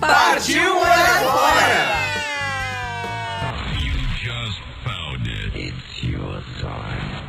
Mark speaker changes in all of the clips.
Speaker 1: Partiu morar fora!
Speaker 2: You just found it. It's your time.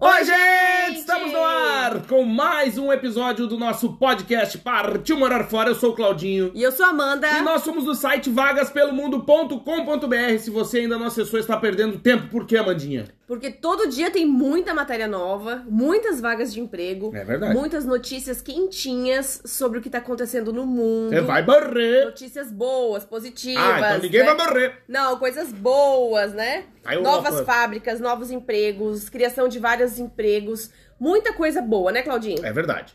Speaker 1: Oi, gente! Estamos no ar com mais um episódio do nosso podcast Partiu Morar Fora. Eu sou o Claudinho.
Speaker 3: E eu sou a Amanda.
Speaker 1: E nós somos do site vagaspelomundo.com.br. Se você ainda não acessou, está perdendo tempo. Por quê, Amandinha?
Speaker 3: Porque todo dia tem muita matéria nova, muitas vagas de emprego,
Speaker 1: É verdade.
Speaker 3: muitas notícias quentinhas sobre o que tá acontecendo no mundo.
Speaker 1: Você vai morrer.
Speaker 3: Notícias boas, positivas.
Speaker 1: Ah, então ninguém
Speaker 3: né?
Speaker 1: vai morrer.
Speaker 3: Não, coisas boas, né?
Speaker 1: Aí eu-
Speaker 3: Novas
Speaker 1: eu-
Speaker 3: fábricas, novos empregos, criação de vários empregos. Muita coisa boa, né, Claudinho?
Speaker 1: É verdade.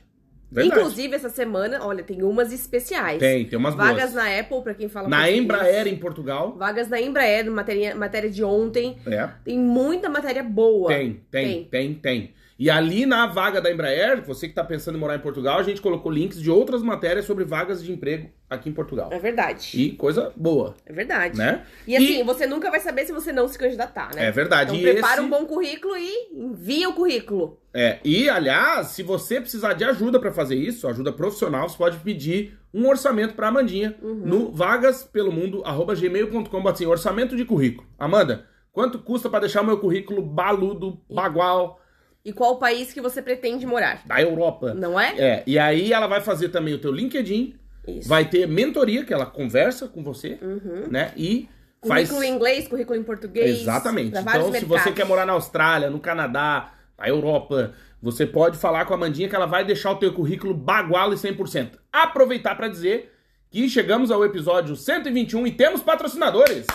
Speaker 1: Verdade.
Speaker 3: Inclusive, essa semana, olha, tem umas especiais.
Speaker 1: Tem, tem umas
Speaker 3: Vagas
Speaker 1: boas.
Speaker 3: na Apple, pra quem fala
Speaker 1: Na
Speaker 3: português.
Speaker 1: Embraer, então. em Portugal.
Speaker 3: Vagas na Embraer, matéria, matéria de ontem.
Speaker 1: É.
Speaker 3: Tem muita matéria boa.
Speaker 1: Tem, tem, tem, tem. E ali na vaga da Embraer, você que tá pensando em morar em Portugal, a gente colocou links de outras matérias sobre vagas de emprego aqui em Portugal.
Speaker 3: É verdade.
Speaker 1: E coisa boa,
Speaker 3: É verdade.
Speaker 1: né?
Speaker 3: E assim, você nunca vai saber se você não se candidatar, né?
Speaker 1: É verdade.
Speaker 3: Então
Speaker 1: e,
Speaker 3: prepara
Speaker 1: esse-
Speaker 3: um bom currículo e envia o currículo.
Speaker 1: é, e, aliás, se você precisar de ajuda pra fazer isso, ajuda profissional, você pode pedir um orçamento pra Amandinha
Speaker 3: Uhum.
Speaker 1: no vagaspelomundo.gmail.com, bota assim, orçamento de currículo. Amanda, quanto custa pra deixar o meu currículo baludo, bagual,
Speaker 3: E qual país que você pretende morar?
Speaker 1: da Europa?
Speaker 3: Não é?
Speaker 1: É, e aí ela vai fazer também o teu LinkedIn,
Speaker 3: Isso.
Speaker 1: Vai ter mentoria, que ela conversa com você,
Speaker 3: Uhum.
Speaker 1: né? E faz.
Speaker 3: Currículo em inglês, currículo em português.
Speaker 1: Exatamente.
Speaker 3: pra
Speaker 1: Então,
Speaker 3: vários
Speaker 1: se
Speaker 3: mercados.
Speaker 1: você quer morar na Austrália, no Canadá, na Europa, você pode falar com a Mandinha que ela vai deixar o teu currículo bagual e 100%. Aproveitar pra dizer que chegamos ao episódio 121 e temos patrocinadores.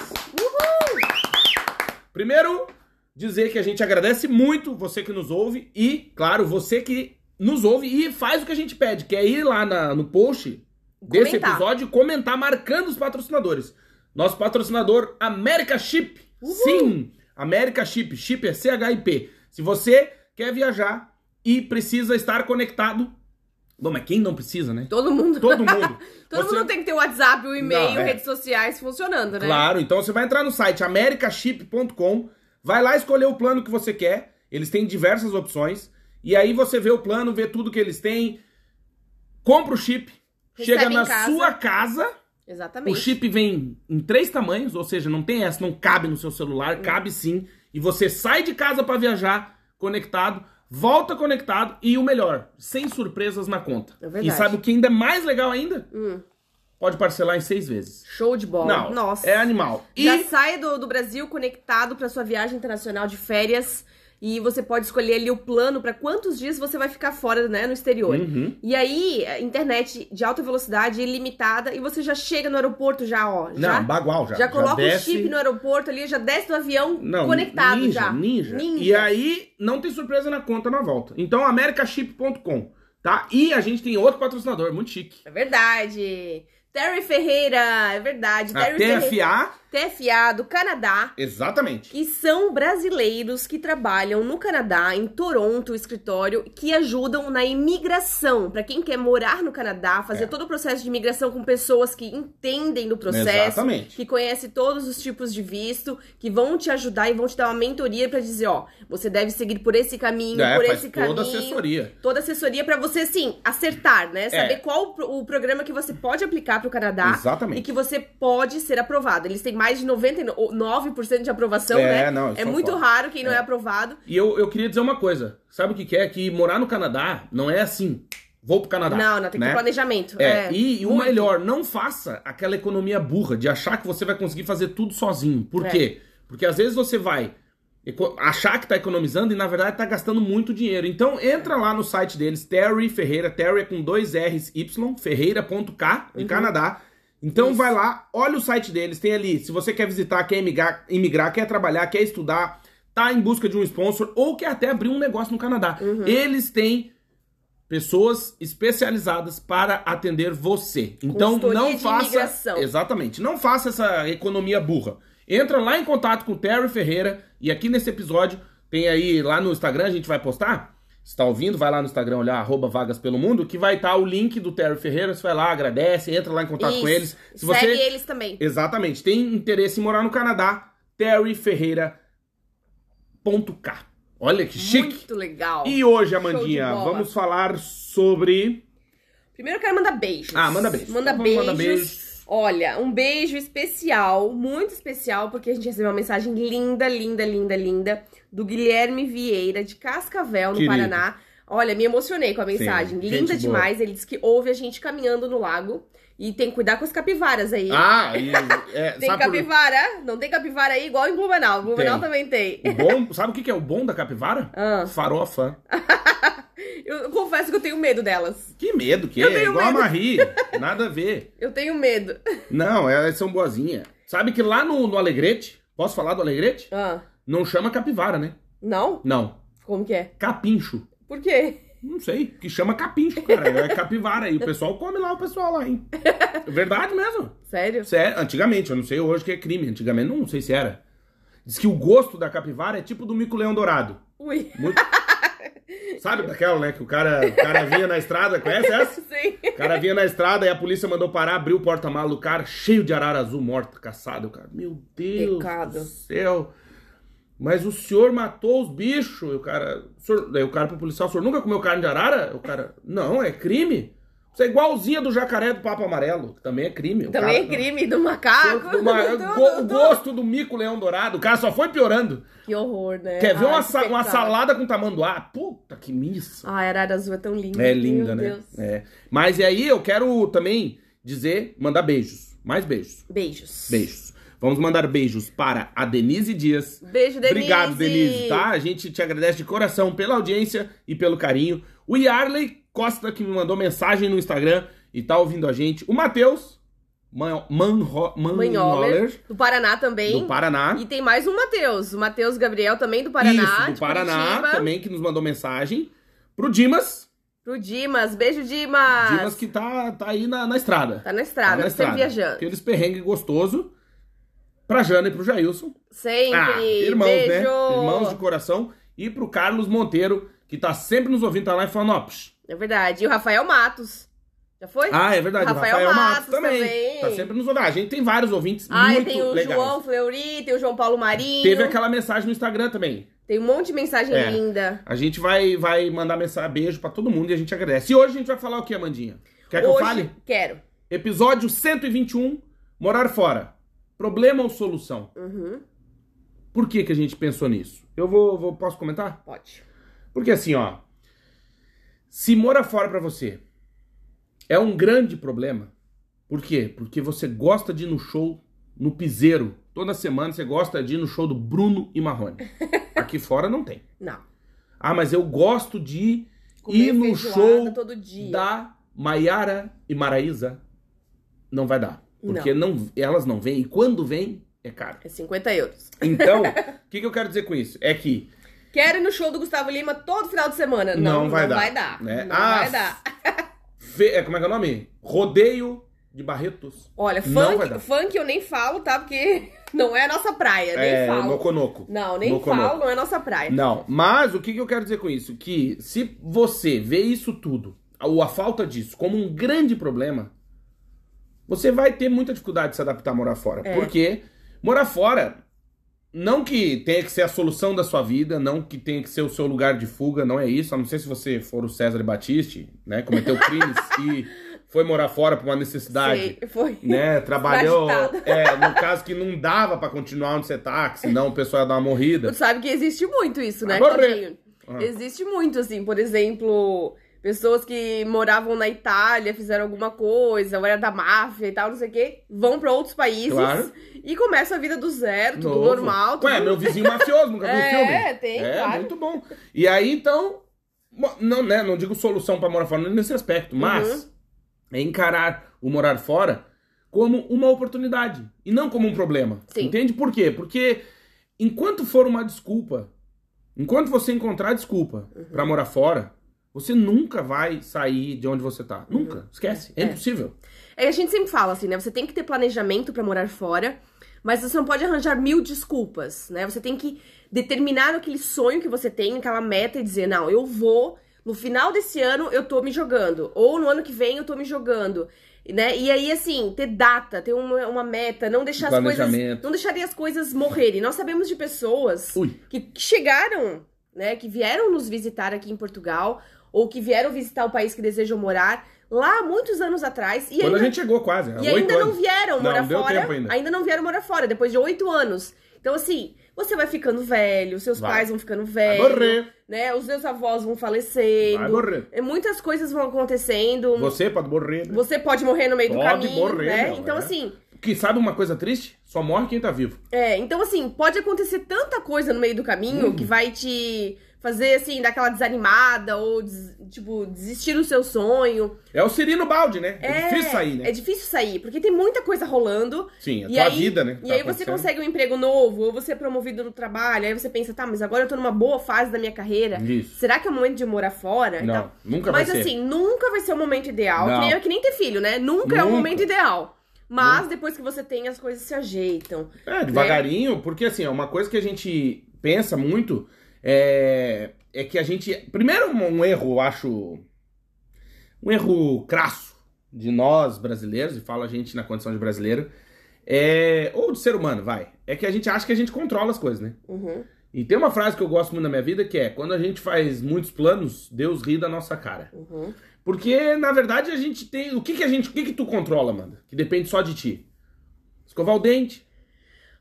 Speaker 1: Primeiro, dizer que a gente agradece muito você que nos ouve e, claro, você que nos ouve e faz o que a gente pede, que é ir lá na- no post desse
Speaker 3: Comentar.
Speaker 1: episódio e comentar marcando os patrocinadores. Nosso patrocinador, America Chip. Sim, America Chip. Chip é C-H-I-P. Se você quer viajar e precisa estar conectado... Bom, mas quem não precisa, né?
Speaker 3: Todo mundo.
Speaker 1: Todo mundo.
Speaker 3: Todo
Speaker 1: Você-
Speaker 3: mundo tem que ter o WhatsApp, o e-mail,
Speaker 1: Não, é.
Speaker 3: redes sociais funcionando, né?
Speaker 1: Claro, então você vai entrar no site americaship.com, vai lá escolher o plano que você quer, eles têm diversas opções, e aí você vê o plano, vê tudo que eles têm, compra o chip,
Speaker 3: Recebe
Speaker 1: chega
Speaker 3: em
Speaker 1: na
Speaker 3: casa.
Speaker 1: sua casa, o
Speaker 3: Exatamente.
Speaker 1: chip vem em três tamanhos, ou seja, não tem essa, não cabe no seu celular,
Speaker 3: Hum.
Speaker 1: cabe sim, e você sai de casa pra viajar conectado, volta conectado, e o melhor, sem surpresas na conta.
Speaker 3: É verdade.
Speaker 1: e sabe o que ainda é mais legal ainda?
Speaker 3: Hum,
Speaker 1: Pode parcelar em seis vezes.
Speaker 3: show de bola.
Speaker 1: Não,
Speaker 3: Nossa.
Speaker 1: é animal. E
Speaker 3: Já sai do, do Brasil conectado pra sua viagem internacional de férias. E você pode escolher ali o plano pra quantos dias você vai ficar fora, né, no exterior.
Speaker 1: Uhum.
Speaker 3: E aí, a internet de alta velocidade, ilimitada, e você já chega no aeroporto já, ó. já,
Speaker 1: Não, bagual já.
Speaker 3: já coloca
Speaker 1: desce-
Speaker 3: o chip no aeroporto ali, já desce do avião
Speaker 1: Não,
Speaker 3: conectado
Speaker 1: ninja,
Speaker 3: já.
Speaker 1: Ninja.
Speaker 3: Ninja.
Speaker 1: E aí, não tem surpresa na conta na volta. Então, americaship.com, tá? E a gente tem outro patrocinador, muito chique.
Speaker 3: É verdade. Terry Ferreira, é verdade.
Speaker 1: Ah, A
Speaker 3: Terry Ferreira,
Speaker 1: TFA,
Speaker 3: TFA do Canadá.
Speaker 1: exatamente.
Speaker 3: que são brasileiros que trabalham no Canadá, em Toronto, o escritório, que ajudam na imigração. Pra quem quer morar no Canadá, fazer
Speaker 1: É.
Speaker 3: todo o processo de imigração com pessoas que entendem do processo,
Speaker 1: Exatamente.
Speaker 3: que conhecem todos os tipos de visto, que vão te ajudar e vão te dar uma mentoria pra dizer, ó, você deve seguir por esse caminho,
Speaker 1: É,
Speaker 3: por
Speaker 1: faz
Speaker 3: esse caminho.
Speaker 1: toda assessoria.
Speaker 3: Toda assessoria pra você, assim, acertar,
Speaker 1: É.
Speaker 3: né? Saber qual o pro- o programa que você pode aplicar pro Canadá e
Speaker 1: Exatamente.
Speaker 3: que você pode ser aprovado. Eles têm mais de 99% de aprovação,
Speaker 1: É,
Speaker 3: né?
Speaker 1: não,
Speaker 3: é
Speaker 1: só
Speaker 3: muito
Speaker 1: fala.
Speaker 3: raro quem não é aprovado.
Speaker 1: E eu, eu queria dizer uma coisa. Sabe o que que é? Que morar no Canadá não é assim. Vou pro Canadá.
Speaker 3: Não, não, tem que ter
Speaker 1: né?
Speaker 3: planejamento.
Speaker 1: É, e, e o
Speaker 3: muito.
Speaker 1: melhor, não faça aquela economia burra de achar que você vai conseguir fazer tudo sozinho. Por
Speaker 3: É.
Speaker 1: quê? Porque às vezes você vai eco- achar que tá economizando e na verdade tá gastando muito dinheiro. Então entra lá no site deles, Terry Ferreira, Terry é com dois R's Y, ferreira.k, em Canadá. Então
Speaker 3: Uhum. Isso.
Speaker 1: vai lá, olha o site deles, tem ali, se você quer visitar, quer imigrar, imigrar, quer trabalhar, quer estudar, tá em busca de um sponsor ou quer até abrir um negócio no Canadá.
Speaker 3: Uhum.
Speaker 1: Eles têm pessoas especializadas para atender você. Então
Speaker 3: Consultoria
Speaker 1: não
Speaker 3: de
Speaker 1: faça
Speaker 3: imigração.
Speaker 1: Exatamente. Não faça essa economia burra. Entra lá em contato com o Terry Ferreira e aqui nesse episódio tem aí lá no Instagram a gente vai postar. Se tá ouvindo, vai lá no Instagram olhar arroba vagas pelo mundo, que vai estar o link do Terry Ferreira, você vai lá, agradece, entra lá em contato
Speaker 3: Isso.
Speaker 1: com eles. Se você
Speaker 3: Segue eles também.
Speaker 1: Exatamente. Tem interesse em morar no Canadá, terryferreira.k. Olha que chique.
Speaker 3: Muito legal.
Speaker 1: E hoje,
Speaker 3: de
Speaker 1: Amandinha,
Speaker 3: bola.
Speaker 1: vamos falar sobre...
Speaker 3: Primeiro eu quero mandar beijos.
Speaker 1: Ah, manda beijos.
Speaker 3: Manda
Speaker 1: Vamos
Speaker 3: beijos.
Speaker 1: mandar beijos.
Speaker 3: Olha, um beijo especial, muito especial, porque a gente recebeu uma mensagem linda, linda, linda, linda, do Guilherme Vieira, de Cascavel, no
Speaker 1: Querido.
Speaker 3: Paraná. Olha, me emocionei com a mensagem.
Speaker 1: gente
Speaker 3: linda
Speaker 1: boa.
Speaker 3: demais. Ele disse que ouve a gente caminhando no lago e tem que cuidar com as capivaras aí.
Speaker 1: Ah, e, é,
Speaker 3: tem
Speaker 1: sabe, por-
Speaker 3: capivara? Não tem capivara aí igual em Blumenau. Blumenau
Speaker 1: Tem.
Speaker 3: também tem.
Speaker 1: o bom, sabe o que que é o bom da capivara?
Speaker 3: Ah.
Speaker 1: Farofa.
Speaker 3: Eu confesso que eu tenho medo delas.
Speaker 1: Que medo que
Speaker 3: Eu
Speaker 1: é,
Speaker 3: tenho
Speaker 1: igual
Speaker 3: medo.
Speaker 1: a Marie. Nada a ver.
Speaker 3: Eu tenho medo.
Speaker 1: Não, elas são boazinhas. Sabe que lá no, no Alegrete, posso falar do Alegrete?
Speaker 3: Ah,
Speaker 1: Não chama capivara, né?
Speaker 3: não?
Speaker 1: Não,
Speaker 3: Como que é?
Speaker 1: capincho.
Speaker 3: Por quê?
Speaker 1: Não sei, que chama capincho, cara. É capivara. E o pessoal come lá, o pessoal lá, hein? Verdade mesmo.
Speaker 3: Sério?
Speaker 1: Sério, antigamente, eu não sei hoje que é crime. Antigamente, não sei se era. Diz que o gosto da capivara é tipo do mico-leão dourado.
Speaker 3: Ui.
Speaker 1: Muito... Sabe daquela, né? Que o cara, o cara vinha na estrada, conhece essa?
Speaker 3: Sim.
Speaker 1: O cara vinha na estrada e a polícia mandou parar, abriu o porta-malas do cara, cheio de arara azul morta, caçada. O cara, meu Deus
Speaker 3: Pecado.
Speaker 1: do céu. Mas o senhor matou os bichos. E o cara, o senhor, daí o cara pro policial, o senhor nunca comeu carne de arara? O cara, não, é crime. Você é igualzinha do jacaré do papo amarelo, que também é crime. O
Speaker 3: Também é
Speaker 1: cara-
Speaker 3: crime Ah, do
Speaker 1: o
Speaker 3: macaco.
Speaker 1: senhor- uma-
Speaker 3: do- do-
Speaker 1: go- o
Speaker 3: do-
Speaker 1: gosto do mico leão dourado, o cara só foi piorando.
Speaker 3: Que horror, né?
Speaker 1: Quer ver
Speaker 3: Ai,
Speaker 1: uma,
Speaker 3: que
Speaker 1: sa- uma
Speaker 3: pecado.
Speaker 1: salada com tamanduá? Puta que missa.
Speaker 3: Ai, a arara azul é tão linda.
Speaker 1: É linda,
Speaker 3: Meu
Speaker 1: né?
Speaker 3: Deus.
Speaker 1: É. Mas e aí eu quero também dizer, mandar beijos. Mais beijos.
Speaker 3: Beijos.
Speaker 1: Beijos. Vamos mandar beijos para a Denise Dias.
Speaker 3: Beijo, Denise.
Speaker 1: Obrigado, Denise, tá? A gente te agradece de coração pela audiência e pelo carinho. O Yarley Costa, que me mandou mensagem no Instagram e tá ouvindo a gente. O Matheus Man- Manho- Manholler,
Speaker 3: Manholer. Do Paraná também.
Speaker 1: do Paraná.
Speaker 3: E tem mais um Matheus. O Matheus Gabriel também do Paraná. Tipo,
Speaker 1: Isso,
Speaker 3: de
Speaker 1: do Paraná
Speaker 3: Curitiba.
Speaker 1: também, que nos mandou mensagem. Pro Dimas.
Speaker 3: Pro Dimas. Beijo, Dimas.
Speaker 1: Dimas que tá, tá aí na, na estrada.
Speaker 3: Tá na estrada,
Speaker 1: na
Speaker 3: sempre
Speaker 1: estrada.
Speaker 3: viajando.
Speaker 1: Aqueles perrengue gostoso. Pra Jana e pro Jailson.
Speaker 3: Sempre.
Speaker 1: Ah, irmãos,
Speaker 3: Beijo.
Speaker 1: né? Irmãos de coração. E pro Carlos Monteiro, que tá sempre nos ouvindo, tá lá e falando, ó, psh.
Speaker 3: É verdade. E o Rafael Matos. Já foi?
Speaker 1: Ah, é verdade,
Speaker 3: Rafael
Speaker 1: o Rafael Matos,
Speaker 3: Matos
Speaker 1: também.
Speaker 3: também.
Speaker 1: Tá sempre nos ouvindo. Ah, a gente tem vários ouvintes
Speaker 3: Ah, e
Speaker 1: muito
Speaker 3: tem o
Speaker 1: legais.
Speaker 3: João Fleury, tem o João Paulo Marinho.
Speaker 1: Teve aquela mensagem no Instagram também.
Speaker 3: Tem um monte de mensagem
Speaker 1: É.
Speaker 3: linda.
Speaker 1: A gente vai, vai mandar mensagem, beijo pra todo mundo e a gente agradece. E hoje a gente vai falar o que, Amandinha? Quer que
Speaker 3: Hoje,
Speaker 1: eu fale?
Speaker 3: Quero.
Speaker 1: Episódio 121, morar fora. Problema ou solução?
Speaker 3: Uhum,
Speaker 1: Por que, que a gente pensou nisso? Eu vou, vou- posso comentar?
Speaker 3: pode.
Speaker 1: Porque assim, ó, se mora fora pra você é um grande problema. Por quê? Porque você gosta de ir no show no piseiro. Toda semana você gosta de ir no show do Bruno e Marrone. Aqui fora não tem.
Speaker 3: Não.
Speaker 1: Ah, mas eu gosto de ir no
Speaker 3: feijoada
Speaker 1: show
Speaker 3: todo dia.
Speaker 1: da Maiara e Maraísa. Não vai dar. Porque não- elas não vêm. E quando vêm, é caro.
Speaker 3: É 50 euros.
Speaker 1: Então, o que que eu quero dizer com isso? É que
Speaker 3: Quero ir no show do Gustavo Lima todo final de semana. Não,
Speaker 1: Não vai dar,
Speaker 3: vai dar.
Speaker 1: né?
Speaker 3: Não
Speaker 1: Ah,
Speaker 3: vai dar.
Speaker 1: Fe- é, como é que é o nome? Rodeio de Barretos.
Speaker 3: Olha,
Speaker 1: não vai
Speaker 3: funk,
Speaker 1: dar.
Speaker 3: funk eu nem falo, tá? Porque não é a nossa praia. Nem
Speaker 1: é,
Speaker 3: falo.
Speaker 1: Noconoco.
Speaker 3: Não, nem
Speaker 1: Noconoco.
Speaker 3: falo, não é a nossa praia.
Speaker 1: Não, mas o que, que eu quero dizer com isso? Que se você vê isso tudo, ou a falta disso, como um grande problema, você vai ter muita dificuldade de se adaptar a morar fora.
Speaker 3: É.
Speaker 1: Porque morar fora, não que tenha que ser a solução da sua vida, não que tenha que ser o seu lugar de fuga, não é isso. A não ser se você for o César Batiste, né? Cometeu crimes e foi morar fora por uma necessidade.
Speaker 3: Sei, foi.
Speaker 1: né, trabalhou,
Speaker 3: Agitado.
Speaker 1: é, no caso que não dava pra continuar onde você tá, que senão o pessoal ia dar uma morrida.
Speaker 3: Tu sabe que existe muito isso, né,
Speaker 1: Agora-
Speaker 3: Claudinho?
Speaker 1: Ah.
Speaker 3: Existe muito, assim, por exemplo, pessoas que moravam na Itália, fizeram alguma coisa, ou era da máfia e tal, não sei o quê, vão pra outros países
Speaker 1: Claro.
Speaker 3: e começa a vida do zero, tudo
Speaker 1: Novo.
Speaker 3: normal. Tudo...
Speaker 1: Ué, meu vizinho mafioso, nunca viu
Speaker 3: É,
Speaker 1: filme?
Speaker 3: tem,
Speaker 1: É,
Speaker 3: claro.
Speaker 1: muito bom. E aí, então, mo- não, né, não digo solução pra morar fora nesse aspecto, mas
Speaker 3: Uhum.
Speaker 1: é encarar o morar fora como uma oportunidade e não como um problema.
Speaker 3: Sim.
Speaker 1: Entende por quê? Porque enquanto for uma desculpa, enquanto você encontrar desculpa
Speaker 3: Uhum.
Speaker 1: pra morar fora, você nunca vai sair de onde você tá. Nunca. Esquece. É,
Speaker 3: É.
Speaker 1: impossível.
Speaker 3: É, a gente sempre fala assim, né? Você tem que ter planejamento pra morar fora, mas você não pode arranjar mil desculpas, né? Você tem que determinar aquele sonho que você tem, aquela meta e dizer, não, eu vou, no final desse ano eu tô me jogando, ou no ano que vem eu tô me jogando, né? E aí, assim, ter data, ter uma, uma meta, não deixar as coisas...
Speaker 1: Planejamento.
Speaker 3: Não deixaria as coisas morrerem. Nós sabemos de pessoas
Speaker 1: Ui.
Speaker 3: que, que chegaram, né, que vieram nos visitar aqui em Portugal ou que vieram visitar o país que desejam morar lá muitos anos atrás e
Speaker 1: Quando a
Speaker 3: ainda,
Speaker 1: gente chegou quase. era
Speaker 3: e ainda
Speaker 1: oito
Speaker 3: não
Speaker 1: anos.
Speaker 3: vieram
Speaker 1: Não,
Speaker 3: morar
Speaker 1: não deu
Speaker 3: fora,
Speaker 1: tempo ainda.
Speaker 3: não vieram morar fora depois de oito anos. Então assim, você vai ficando velho, seus
Speaker 1: Vai.
Speaker 3: pais vão ficando
Speaker 1: Vai
Speaker 3: velhos,
Speaker 1: morrer.
Speaker 3: né? Os seus avós vão
Speaker 1: Vai
Speaker 3: falecendo,
Speaker 1: morrer.
Speaker 3: e muitas coisas vão acontecendo. Você,
Speaker 1: Você pode morrer. né?
Speaker 3: pode morrer no meio do
Speaker 1: Pode
Speaker 3: caminho,
Speaker 1: morrer,
Speaker 3: né?
Speaker 1: meu,
Speaker 3: então
Speaker 1: é.
Speaker 3: assim,
Speaker 1: Que sabe uma coisa triste? Só morre quem tá vivo.
Speaker 3: É, então assim, pode acontecer tanta coisa no meio do caminho
Speaker 1: Uhum.
Speaker 3: que vai te fazer, assim, dar aquela desanimada ou, des- tipo, desistir do seu sonho.
Speaker 1: É o Cirino Balde, né? É, difícil sair, né?
Speaker 3: É difícil sair, porque tem muita coisa rolando.
Speaker 1: Sim, é
Speaker 3: e
Speaker 1: tua
Speaker 3: aí-
Speaker 1: vida, né? que
Speaker 3: E
Speaker 1: tá
Speaker 3: aí você
Speaker 1: acontecendo.
Speaker 3: consegue um emprego novo, ou você é promovido no trabalho, aí você pensa, tá, mas agora eu tô numa boa fase da minha carreira.
Speaker 1: Isso.
Speaker 3: Será que é o momento de eu morar fora? e
Speaker 1: Uhum. Não,
Speaker 3: tal?
Speaker 1: nunca
Speaker 3: Mas
Speaker 1: vai ser.
Speaker 3: assim, nunca vai ser o momento ideal. Que
Speaker 1: Não.
Speaker 3: nem, que nem ter filho, né? Nunca, é o
Speaker 1: Nunca.
Speaker 3: momento ideal. Mas depois que você tem, as coisas se ajeitam.
Speaker 1: É, devagarinho, porque assim, é uma coisa que a gente pensa muito é, é que a gente. Primeiro, um, um erro, eu acho. Um erro crasso de nós brasileiros, e falo a gente na condição de brasileiro, é, ou de ser humano, vai. É que a gente acha que a gente controla as coisas, né?
Speaker 3: Uhum.
Speaker 1: E tem uma frase que eu gosto muito na minha vida que é: quando a gente faz muitos planos, Deus ri da nossa cara.
Speaker 3: Uhum.
Speaker 1: Porque, na verdade, a gente tem. O que, que a gente. O que, que tu controla, Amanda? Que depende só de ti. Escovar o dente,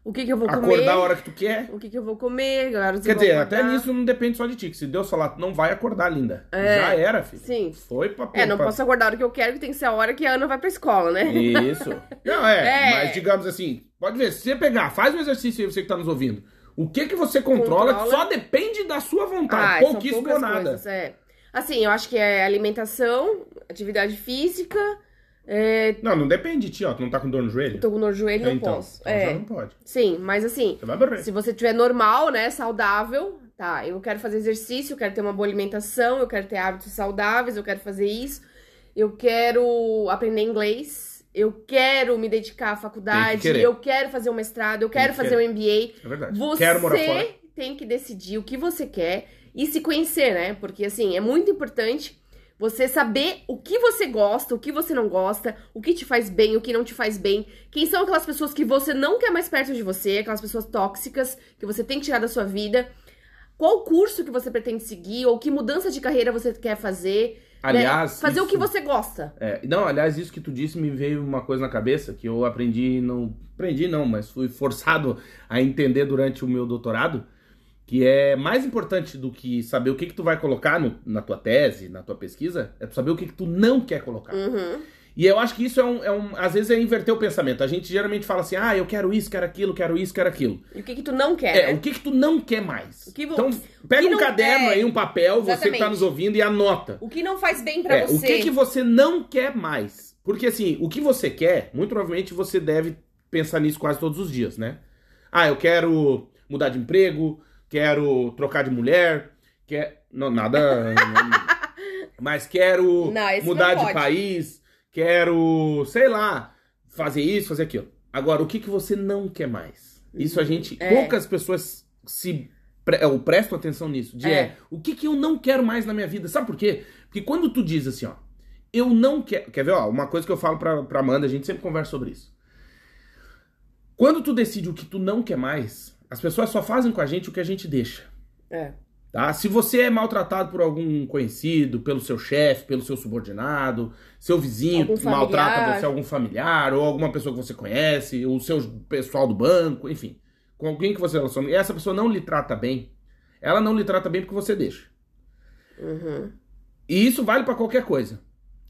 Speaker 3: O que que eu vou comer?
Speaker 1: acordar a hora que tu quer.
Speaker 3: O que que eu vou comer? Agora
Speaker 1: Quer dizer, até nisso não depende só de ti. que Se Deus falar, tu não vai acordar, linda. Já era, filho.
Speaker 3: É, Sim.
Speaker 1: Foi pra
Speaker 3: É, não
Speaker 1: pra-
Speaker 3: posso acordar o que eu quero, que tem que ser a hora que a Ana vai pra escola, né?
Speaker 1: Isso. Não, é,
Speaker 3: É.
Speaker 1: Mas digamos assim, pode ver, se você pegar, faz um exercício aí, você que tá nos ouvindo. O que que você controla,
Speaker 3: Controla.
Speaker 1: só depende da sua
Speaker 3: Ah,
Speaker 1: vontade.
Speaker 3: são
Speaker 1: tá Pouquíssimo
Speaker 3: poucas
Speaker 1: ou nada.
Speaker 3: coisas, é. Assim, eu acho que é alimentação, atividade física, é...
Speaker 1: Não, não depende de ti, ó. Tu não tá com dor no joelho?
Speaker 3: tô com dor no joelho,
Speaker 1: É,
Speaker 3: não
Speaker 1: então,
Speaker 3: posso.
Speaker 1: então
Speaker 3: é,
Speaker 1: já não pode.
Speaker 3: sim, mas assim,
Speaker 1: Você vai morrer.
Speaker 3: se você tiver normal, né, saudável, tá, eu quero fazer exercício, eu quero ter uma boa alimentação, eu quero ter hábitos saudáveis, eu quero fazer isso, eu quero aprender inglês, eu quero me dedicar à faculdade,
Speaker 1: querer.
Speaker 3: eu quero fazer um mestrado, eu
Speaker 1: Tem
Speaker 3: quero
Speaker 1: que
Speaker 3: fazer um MBA,
Speaker 1: É verdade.
Speaker 3: Você né,
Speaker 1: Quero morar fora.
Speaker 3: tem que decidir o que você quer e se conhecer, né? Porque assim, é muito importante você saber o que você gosta, o que você não gosta, o que te faz bem, o que não te faz bem, quem são aquelas pessoas que você não quer mais perto de você, aquelas pessoas tóxicas que você tem que tirar da sua vida. Qual curso que você pretende seguir ou que mudança de carreira você quer fazer? né?
Speaker 1: Aliás.
Speaker 3: fazer o que
Speaker 1: isso-
Speaker 3: você gosta.
Speaker 1: É, não, aliás, isso que tu disse me veio uma coisa na cabeça que eu aprendi, não aprendi não, mas fui forçado a entender durante o meu doutorado, que é mais importante do que saber o que, que tu vai colocar no- na tua tese, na tua pesquisa, é tu saber o que, que tu não quer colocar.
Speaker 3: Uhum.
Speaker 1: E eu acho que isso é um, é um- às vezes é inverter o pensamento. A gente geralmente fala assim, ah, eu quero isso, quero aquilo, quero isso, quero aquilo.
Speaker 3: E o que que tu não quer?
Speaker 1: É,
Speaker 3: né?
Speaker 1: o que que tu não quer mais?
Speaker 3: O que vo-
Speaker 1: então pega um
Speaker 3: não
Speaker 1: caderno
Speaker 3: quer.
Speaker 1: aí, um papel, você que
Speaker 3: Exatamente.
Speaker 1: tá nos ouvindo e anota.
Speaker 3: O que não faz bem pra
Speaker 1: É,
Speaker 3: você?
Speaker 1: o que, que você não quer mais? Porque assim, o que você quer, muito provavelmente você deve pensar nisso quase todos os dias, né? Ah, eu quero mudar de emprego, quero trocar de mulher, quer não nada, mas quero
Speaker 3: Não, esse
Speaker 1: mudar
Speaker 3: não
Speaker 1: de
Speaker 3: pode.
Speaker 1: país, quero, sei lá, fazer isso, fazer aquilo. Agora, o que que você não quer mais? Isso a gente
Speaker 3: É.
Speaker 1: poucas pessoas se pre- ou prestam atenção nisso, de
Speaker 3: É.
Speaker 1: é, o que que eu não quero mais na minha vida? Sabe por quê? Porque quando tu diz assim, ó, eu não quero. Quer ver, ó? Uma coisa que eu falo pra, pra Amanda, a gente sempre conversa sobre isso. Quando tu decide o que tu não quer mais, as pessoas só fazem com a gente o que a gente deixa.
Speaker 3: É.
Speaker 1: Tá? Se você é maltratado por algum conhecido, pelo seu chefe, pelo seu subordinado, seu vizinho
Speaker 3: Algum
Speaker 1: que maltrata
Speaker 3: familiar.
Speaker 1: você, algum familiar, ou alguma pessoa que você conhece, ou o seu pessoal do banco, enfim, com alguém que você relaciona, e essa pessoa não lhe trata bem, ela não lhe trata bem porque você deixa.
Speaker 3: Uhum.
Speaker 1: E isso vale pra qualquer coisa.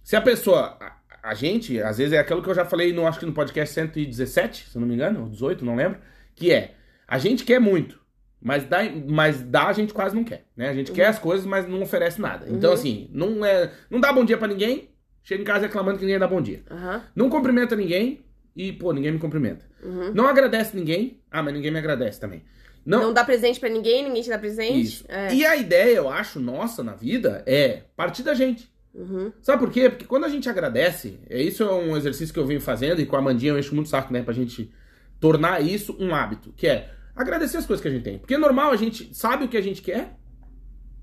Speaker 1: Se a pessoa. a- A gente, às vezes, é aquilo que eu já falei no, acho que no podcast 117, se eu não me engano, ou 18, não lembro. Que é. A gente quer muito, mas dá, mas dá a gente quase não quer. Né? A gente quer as coisas, mas não oferece nada. Então,
Speaker 3: Uhum.
Speaker 1: assim, não é. Não dá bom dia pra ninguém, chega em casa reclamando que ninguém dá bom dia.
Speaker 3: Aham.
Speaker 1: Não cumprimenta ninguém e, pô, ninguém me cumprimenta.
Speaker 3: Uhum.
Speaker 1: Não agradece ninguém. Ah, mas ninguém me agradece também.
Speaker 3: Não,
Speaker 1: Não,
Speaker 3: dá presente pra ninguém, ninguém te dá presente.
Speaker 1: isso.
Speaker 3: É.
Speaker 1: E a ideia, eu acho, nossa na vida é partir da gente.
Speaker 3: Uhum.
Speaker 1: Sabe por quê? Porque quando a gente agradece, é isso é um exercício que eu venho fazendo e com a Mandinha eu encho muito o saco, né, pra gente tornar isso um hábito, que é agradecer as coisas que a gente tem. Porque é normal a gente sabe o que a gente quer,